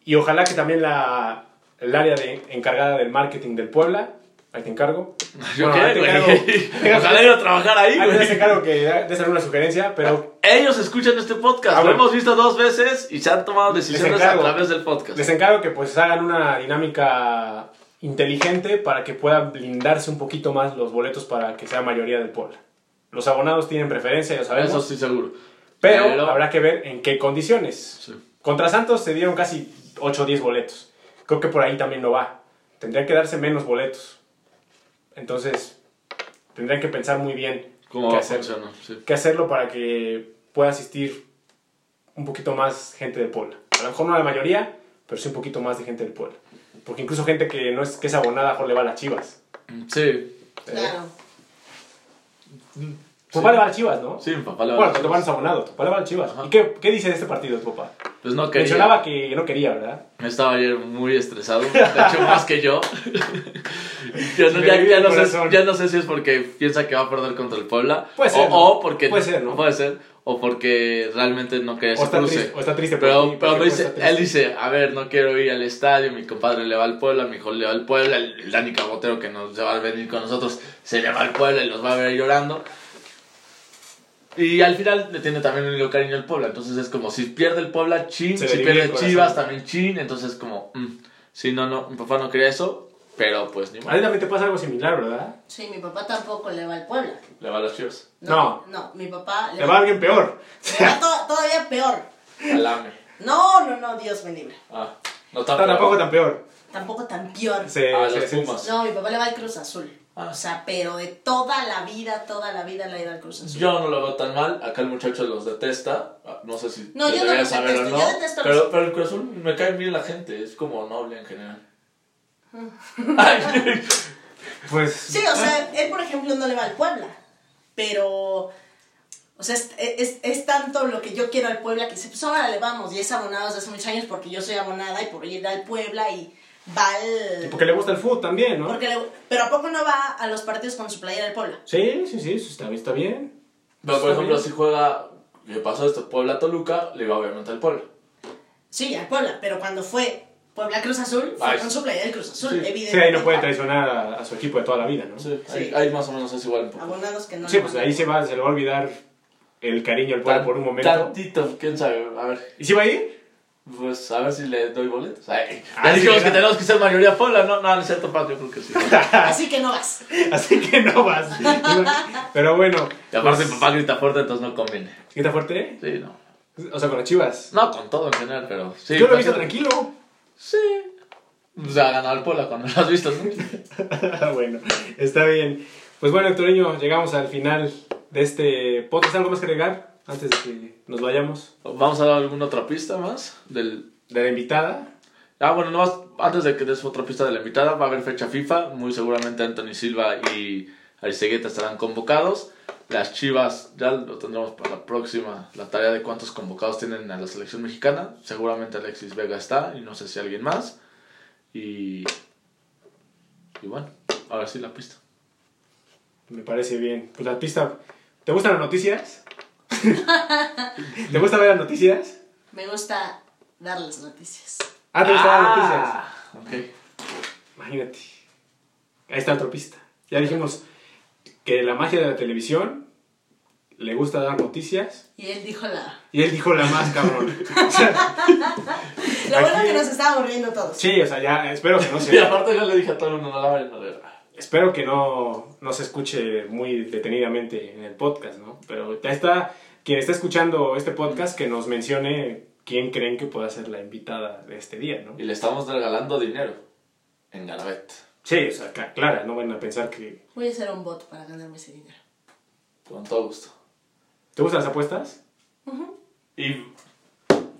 Speaker 2: Y ojalá que también la, el área de, encargada del marketing del Puebla, ahí te encargo.
Speaker 1: Yo
Speaker 2: Bueno, ahí
Speaker 1: qué,
Speaker 2: te
Speaker 1: güey.
Speaker 2: encargo.
Speaker 1: Ojalá ir a trabajar ahí,
Speaker 2: Ahí te hace
Speaker 1: güey.
Speaker 2: cargo que des alguna sugerencia, pero
Speaker 1: Ellos escuchan este podcast,
Speaker 2: Ah,
Speaker 1: lo
Speaker 2: bueno.
Speaker 1: hemos visto dos veces y se han tomado decisiones a
Speaker 2: encargo.
Speaker 1: través del podcast.
Speaker 2: Les encargo que pues hagan una dinámica inteligente para que puedan blindarse un poquito más los boletos para que sea mayoría del pueblo. Los abonados tienen preferencia, ya sabemos,
Speaker 1: Eso sí seguro.
Speaker 2: pero,
Speaker 1: pero-
Speaker 2: habrá que ver en qué condiciones.
Speaker 1: Sí.
Speaker 2: Contra Santos se dieron casi 8 o 10 boletos. Creo que por ahí también no va. Tendrían que darse menos boletos. Entonces, tendrían que pensar muy bien
Speaker 1: ¿Cómo
Speaker 2: qué
Speaker 1: va a
Speaker 2: hacer
Speaker 1: funcionar? Sí.
Speaker 2: que hacerlo para que pueda asistir un poquito más gente del pueblo. A lo mejor no la mayoría, pero sí un poquito más de gente del pueblo. Porque incluso gente que no es que es abonada, a lo mejor le va a las chivas.
Speaker 1: Sí.
Speaker 2: Eh,
Speaker 3: Claro.
Speaker 2: Tu papá le va a las chivas, ¿no?
Speaker 1: Sí, mi papá le va
Speaker 2: Bueno,
Speaker 1: a
Speaker 2: tu papá no es abonado, tu papá le va a las chivas.
Speaker 1: Ajá.
Speaker 2: ¿Y qué, qué dice de este partido tu papá?
Speaker 1: Pues no quería.
Speaker 2: Mencionaba que no quería, ¿verdad?
Speaker 1: Estaba ayer muy estresado, de hecho más que yo. yo no,
Speaker 2: Me
Speaker 1: ya,
Speaker 2: vive
Speaker 1: ya
Speaker 2: el
Speaker 1: no sé,
Speaker 2: corazón.
Speaker 1: ya no sé si es porque piensa que va a perder contra el Puebla.
Speaker 2: Puede
Speaker 1: o,
Speaker 2: ser, ¿no?
Speaker 1: o porque
Speaker 2: Puede ser, ¿no?
Speaker 1: puede ser, o porque realmente no quería
Speaker 2: O
Speaker 1: ese
Speaker 2: está,
Speaker 1: cruce.
Speaker 2: triste, o está triste por ti,
Speaker 1: Pero, pero
Speaker 2: porque
Speaker 1: me dice,
Speaker 2: está triste.
Speaker 1: él dice, a ver, no quiero ir al estadio, mi compadre le va al Puebla, mi hijo le va al Puebla, el el Dani Cabotero que nos se va a venir con nosotros, se le va al Puebla y nos va a ver llorando. Y al final le tiene también un lindo cariño al Puebla, entonces es como si pierde el Puebla, chin,
Speaker 2: Se
Speaker 1: si
Speaker 2: le divide el
Speaker 1: pierde
Speaker 2: corazón.
Speaker 1: Chivas también chin, entonces como, mm, sí, no, no, mi papá no quería eso, pero pues ni
Speaker 2: A ti
Speaker 1: modo.
Speaker 2: también te pasa algo similar, ¿verdad?
Speaker 3: Sí, mi papá tampoco le va al Puebla.
Speaker 1: Le va a las Chivas,
Speaker 2: No.
Speaker 3: No. No, mi papá
Speaker 2: Le va a alguien peor.
Speaker 3: le va to- todavía peor.
Speaker 1: al AME.
Speaker 3: No, no, no, Dios me libre.
Speaker 1: Ah, no está
Speaker 2: Tampoco tan peor.
Speaker 3: Tampoco tan peor.
Speaker 2: Se-
Speaker 1: A
Speaker 2: se-
Speaker 1: los
Speaker 2: se-
Speaker 1: Pumas.
Speaker 3: No, mi papá le va al Cruz Azul.
Speaker 1: Ah.
Speaker 3: O sea, pero de toda la vida, toda la vida le ha ido al Cruz Azul.
Speaker 1: Yo no lo veo tan mal, acá el muchacho los detesta, ah, no sé si
Speaker 3: No, yo no
Speaker 1: debería
Speaker 3: los
Speaker 1: saber
Speaker 3: detesto,
Speaker 1: o no,
Speaker 3: yo detesto a los-
Speaker 1: pero, pero el Cruz Azul me cae bien la gente, es como noble en general.
Speaker 3: Ah.
Speaker 1: Ay,
Speaker 2: Pues.
Speaker 3: Sí, o sea, él por ejemplo no le va al Puebla, pero, o sea, es, es- es tanto lo que yo quiero al Puebla que dice, pues ahora le vamos, y es abonado desde hace muchos años porque yo soy abonada y por ir al Puebla y va
Speaker 2: Y
Speaker 3: al...
Speaker 2: porque le gusta el fútbol también, ¿no?
Speaker 3: Porque le- pero ¿a poco no va a los partidos con su playera del Puebla?
Speaker 2: Sí, sí, sí, eso está, está bien.
Speaker 1: pero por
Speaker 2: Está
Speaker 1: ejemplo,
Speaker 2: bien.
Speaker 1: si juega, le pasó esto, Puebla-Toluca, le va obviamente al Puebla.
Speaker 3: Sí, al Puebla, pero cuando fue Puebla Cruz Azul, fue
Speaker 1: Ah,
Speaker 3: con
Speaker 1: sí.
Speaker 3: su playera del Cruz Azul,
Speaker 1: Sí.
Speaker 3: evidentemente.
Speaker 2: Sí, ahí no puede traicionar a, a su equipo de toda la vida, ¿no? Sí,
Speaker 1: Sí, Ahí,
Speaker 3: Sí.
Speaker 1: ahí más o menos es igual un poco.
Speaker 3: Abonados que no le
Speaker 2: pues
Speaker 3: van.
Speaker 2: ahí se, va, se le va a olvidar el cariño al pueblo por un momento.
Speaker 1: Tantito, quién sabe, a ver.
Speaker 2: ¿Y si va a ir?
Speaker 1: Pues a ver si le doy boletos. Ay,
Speaker 2: Ah,
Speaker 1: ya
Speaker 2: sí,
Speaker 1: dijimos que
Speaker 2: ¿verdad?
Speaker 1: tenemos que ser mayoría pola, ¿no? No, no es cierto, Paco, yo creo que sí.
Speaker 3: Así que no vas.
Speaker 2: Así que no vas. Pero bueno.
Speaker 1: Y aparte,
Speaker 2: pues,
Speaker 1: papá grita fuerte, entonces no conviene.
Speaker 2: ¿Grita fuerte?
Speaker 1: Sí, no.
Speaker 2: O sea, con las chivas.
Speaker 1: No, con todo en general, pero sí.
Speaker 2: Yo lo he
Speaker 1: pues,
Speaker 2: visto tranquilo.
Speaker 1: Sí. O sea, ha ganado el Pola cuando lo has visto. ¿no?
Speaker 2: bueno, está bien. Pues bueno, Hectorinho, llegamos al final de este podcast. ¿Algo más que agregar antes de que nos vayamos?
Speaker 1: Vamos a dar alguna otra pista más. Del...
Speaker 2: De la invitada.
Speaker 1: Ah, bueno, nomás antes de que des otra pista de la invitada, va a haber fecha FIFA. Muy seguramente Anthony Silva y Aristegueta estarán convocados. Las Chivas ya lo tendremos para la próxima, la tarea de cuántos convocados tienen a la selección mexicana. Seguramente Alexis Vega está y no sé si alguien más. Y, y bueno, ahora sí la pista.
Speaker 2: Me parece bien. Pues la pista. ¿Te gustan las noticias? ¿Te gusta ver las noticias?
Speaker 3: Me gusta dar las noticias.
Speaker 2: Ah, te gustan las noticias.
Speaker 1: Ok.
Speaker 2: Imagínate. Ahí está otra pista. Ya dijimos que la magia de la televisión le gusta dar noticias.
Speaker 3: Y él dijo la.
Speaker 2: Y él dijo la más cabrón.
Speaker 3: Lo bueno
Speaker 2: Aquí-
Speaker 3: que nos estábamos riendo todos.
Speaker 2: Sí, o sea, ya espero que no
Speaker 1: Y
Speaker 2: sea.
Speaker 1: aparte yo le dije a todo el mundo, no la vayan a leer.
Speaker 2: Espero que no, no se escuche muy detenidamente en el podcast, ¿no? Pero ya está, quien está escuchando este podcast, que nos mencione quién creen que pueda ser la invitada de este día, ¿no?
Speaker 1: Y le estamos regalando dinero en Garabet.
Speaker 2: Sí, o sea, cla- clara, no van a pensar que...
Speaker 3: Voy a hacer un bot para ganarme ese dinero.
Speaker 1: Con todo gusto.
Speaker 2: ¿Te gustan las apuestas?
Speaker 1: Y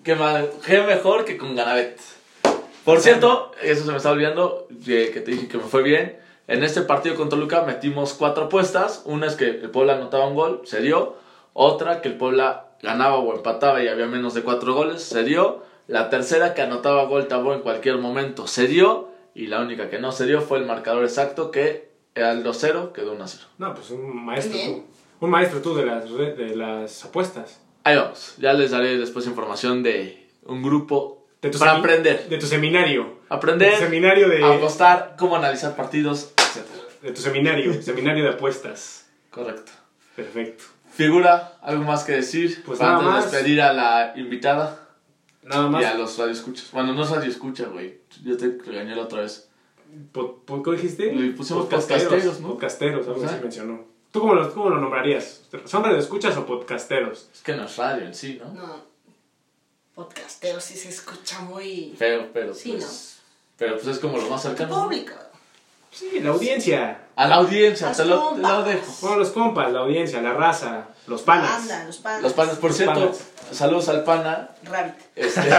Speaker 1: qué, ma- qué mejor que con Ganabet. Por cierto, eso se me está olvidando, que que te dije que me fue bien. En este partido con Toluca metimos cuatro apuestas. Una es que el Puebla anotaba un gol, se dio. Otra que el Puebla ganaba o empataba y había menos de cuatro goles, se dio. La tercera que anotaba gol tabó en cualquier momento, se dio. Y la única que no se dio fue el marcador exacto que era el 2-0, quedó 1-0.
Speaker 2: No, pues un maestro
Speaker 3: Muy bien.
Speaker 2: tú. Un maestro tú de las, re- de las apuestas.
Speaker 1: Ahí vamos. Ya les daré después información de un grupo
Speaker 2: De tu
Speaker 1: para
Speaker 2: semi-
Speaker 1: aprender.
Speaker 2: De tu seminario.
Speaker 1: Aprender,
Speaker 2: De tu seminario de...
Speaker 1: apostar, cómo analizar partidos, etc.
Speaker 2: De tu seminario, seminario de apuestas.
Speaker 1: Correcto.
Speaker 2: Perfecto.
Speaker 1: Figura, algo más que decir
Speaker 2: Pues
Speaker 1: para
Speaker 2: nada
Speaker 1: antes de
Speaker 2: más.
Speaker 1: despedir a la invitada
Speaker 2: Nada
Speaker 1: y a
Speaker 2: más.
Speaker 1: los radioescuchas. Bueno, no es radioescucha, güey. Yo te regañé la otra vez.
Speaker 2: Po- po- ¿Cómo dijiste?
Speaker 1: Le pusimos podcasteros, ¿no?
Speaker 2: Podcasteros, algo así
Speaker 1: Ajá.
Speaker 2: mencionó. ¿Tú cómo, los, cómo lo nombrarías? ¿Son radioescuchas o podcasteros?
Speaker 1: Es que no es radio en sí, ¿no?
Speaker 3: No. Podcastero sí se escucha muy.
Speaker 1: Pero, pero,
Speaker 3: Sí,
Speaker 1: pues, pero pues es como lo más cercano. ¿no?
Speaker 3: público.
Speaker 2: Sí, la audiencia.
Speaker 1: A la audiencia,
Speaker 3: Las
Speaker 1: te lo, te lo
Speaker 3: compas.
Speaker 1: dejo.
Speaker 2: Bueno, los compas, la audiencia, la raza, los panas.
Speaker 3: Anda, los panas.
Speaker 1: Los panas, por
Speaker 2: Los
Speaker 1: cierto,
Speaker 2: panas.
Speaker 1: saludos al pana.
Speaker 3: Rabbit.
Speaker 1: Este,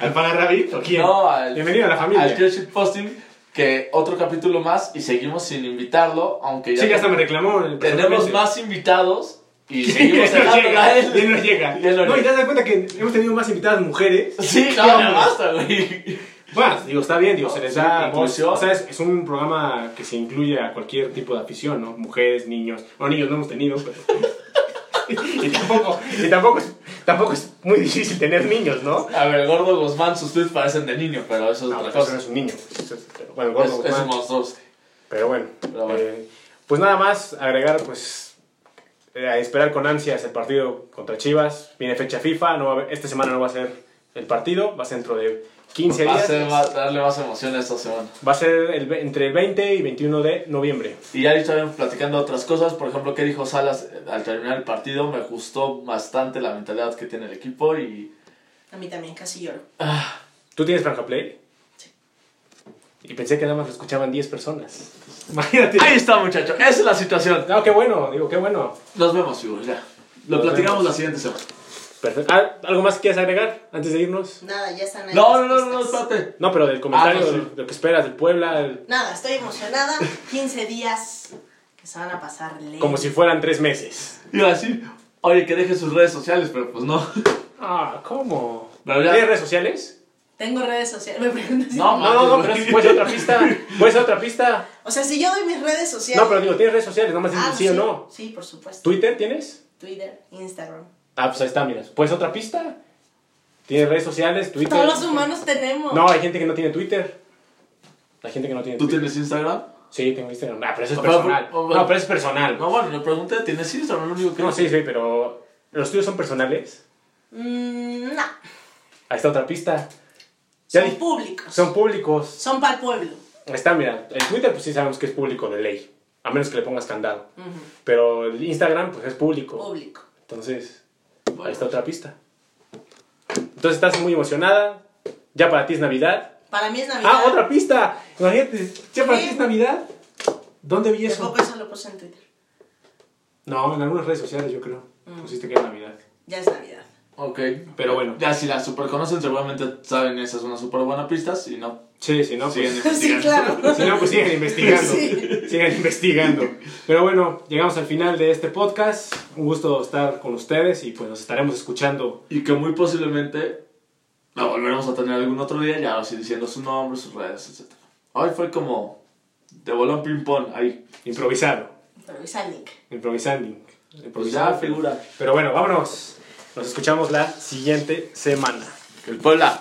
Speaker 2: ¿Al pana Rabbit o quién?
Speaker 1: No, al,
Speaker 2: Bienvenido a la familia.
Speaker 1: Al Churchill Posting, que otro capítulo más y seguimos sin invitarlo, aunque ya,
Speaker 2: Sí, que hasta me reclamó. el-
Speaker 1: tenemos más invitados y seguimos
Speaker 2: Él no
Speaker 1: dejándola a
Speaker 2: llega. él
Speaker 1: él.
Speaker 2: no llega.
Speaker 1: Y él no
Speaker 2: No, y te
Speaker 1: llega.
Speaker 2: das cuenta que hemos tenido más invitadas mujeres.
Speaker 1: Sí,
Speaker 2: que
Speaker 1: no, ya
Speaker 2: hombres.
Speaker 1: basta, güey.
Speaker 2: Bueno, digo, está bien, digo, se les da
Speaker 1: Sí, inclusión.
Speaker 2: O sea, es, es un programa que se incluye a cualquier tipo de afición, ¿no? Mujeres, niños. Bueno, niños no hemos tenido, pero. y tampoco, y tampoco, es, tampoco es muy difícil tener niños, ¿no?
Speaker 1: A ver, el gordo Guzmán, sus tweets parecen de niño, pero eso es
Speaker 2: No,
Speaker 1: otra
Speaker 2: pero
Speaker 1: cosa.
Speaker 2: eso no
Speaker 1: Es,
Speaker 2: es un niño. eso es- pero Bueno, gordo,
Speaker 1: es
Speaker 2: Guzmán.
Speaker 1: un monstruo.
Speaker 2: Pero bueno,
Speaker 1: Pero bueno.
Speaker 2: eh, pues nada más agregar, pues eh, a esperar con ansias el partido contra Chivas. Viene fecha FIFA, no va a haber- esta semana no va a ser el partido, va a ser dentro de 15
Speaker 1: Va a
Speaker 2: días.
Speaker 1: ser más- darle más emoción a esta semana.
Speaker 2: Va a ser el ve- entre el 20 y 21 de noviembre.
Speaker 1: Y ya estaban platicando otras cosas, por ejemplo, qué dijo Salas eh, al terminar el partido. Me gustó bastante la mentalidad que tiene el equipo y.
Speaker 3: A mí también casi lloro.
Speaker 2: ¿Tú tienes Franja Play?
Speaker 3: Sí.
Speaker 2: Y pensé que nada más lo escuchaban 10 personas. Imagínate.
Speaker 1: Ahí está, muchachos. Esa es la situación.
Speaker 2: No, qué bueno, digo, qué bueno.
Speaker 1: Nos vemos, figuras, ya. Lo
Speaker 2: Nos
Speaker 1: platicamos
Speaker 2: vemos.
Speaker 1: la siguiente semana.
Speaker 2: Perfecto. Ah, ¿Algo más quieres agregar antes de irnos?
Speaker 3: Nada, ya están ahí.
Speaker 1: No, no,
Speaker 3: las
Speaker 1: no, no, no,
Speaker 3: pistas.
Speaker 1: espérate.
Speaker 2: No, pero del comentario,
Speaker 1: Ah, no, sí.
Speaker 2: de lo que esperas del Puebla, el-
Speaker 3: Nada, estoy emocionada. 15 días que se van a pasar lejos.
Speaker 2: como si fueran tres meses.
Speaker 1: Iba a decir, oye, que deje sus redes sociales, pero pues no.
Speaker 2: Ah, ¿cómo?
Speaker 1: Pero ya-
Speaker 2: ¿Tienes redes sociales?
Speaker 3: Tengo redes sociales. Me preguntan si-
Speaker 1: No,
Speaker 2: No, no, no,
Speaker 1: manches, Ah, güey.
Speaker 2: pero es- puede ser otra pista. Puede ser otra pista.
Speaker 3: O sea, si yo doy mis redes sociales.
Speaker 2: No, pero digo, ¿tienes redes sociales? Nomás
Speaker 3: Ah,
Speaker 2: dices sí o no.
Speaker 3: Sí, por supuesto.
Speaker 2: ¿Twitter tienes?
Speaker 3: Twitter, Instagram.
Speaker 2: Ah, pues ahí está, mira. ¿Puede ser otra pista? ¿Tienes redes sociales? ¿Twitter?
Speaker 3: Todos los humanos tenemos.
Speaker 2: No, hay gente que no tiene Twitter. Hay gente que no tiene
Speaker 1: ¿Tú
Speaker 2: Twitter.
Speaker 1: tienes Instagram?
Speaker 2: Sí, tengo Instagram. Ah, pero eso es
Speaker 1: Ah, pero-
Speaker 2: personal.
Speaker 1: oh, bueno.
Speaker 2: No, pero es personal.
Speaker 1: No, bueno, le pregunté, ¿tienes Instagram? Lo único que
Speaker 2: No, sí, sí, pero... ¿Los tuyos son personales?
Speaker 3: Mm, no.
Speaker 2: Ahí está otra pista. Ya
Speaker 3: son
Speaker 2: di-
Speaker 3: públicos.
Speaker 2: Son públicos.
Speaker 3: Son para el pueblo.
Speaker 2: Ahí Está, mira, el Twitter pues sí sabemos que es público de ley, a menos que le pongas candado. Pero el Instagram pues es público.
Speaker 3: Público.
Speaker 2: Entonces, ahí está otra pista. Entonces estás muy emocionada, ya para ti es Navidad.
Speaker 3: Para mí es Navidad.
Speaker 2: Ah, otra pista. Imagínate, ya para
Speaker 3: Sí.
Speaker 2: ti es Navidad. ¿Dónde vi eso?
Speaker 3: Tampoco eso lo puse en Twitter.
Speaker 2: No, en algunas redes sociales yo creo.
Speaker 3: Mm.
Speaker 2: Pusiste que es Navidad.
Speaker 3: Ya es Navidad.
Speaker 1: Ok.
Speaker 2: Pero bueno.
Speaker 1: Ya si la super conocen, seguramente saben esa es una super buena pista. Si no,
Speaker 2: Sí, si no, pues...
Speaker 1: siguen
Speaker 3: Sí,
Speaker 1: investigando.
Speaker 3: claro.
Speaker 2: Si no, pues sigan investigando.
Speaker 3: Sí.
Speaker 2: Sigan investigando. Pero bueno, llegamos al final de este podcast. Un gusto estar con ustedes y pues nos estaremos escuchando.
Speaker 1: Y que muy posiblemente la volveremos a tener algún otro día, ya así diciendo su nombre, sus redes, etc. Hoy fue como de bolón ping-pong, ahí.
Speaker 2: Improvisado.
Speaker 3: Pero es al link.
Speaker 2: Improvisando.
Speaker 1: Pues ya
Speaker 2: Improvisado.
Speaker 1: figura.
Speaker 2: Pero bueno, vámonos. Nos escuchamos la siguiente semana.
Speaker 1: Que el Puebla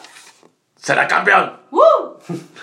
Speaker 1: será campeón.
Speaker 3: ¡Woo!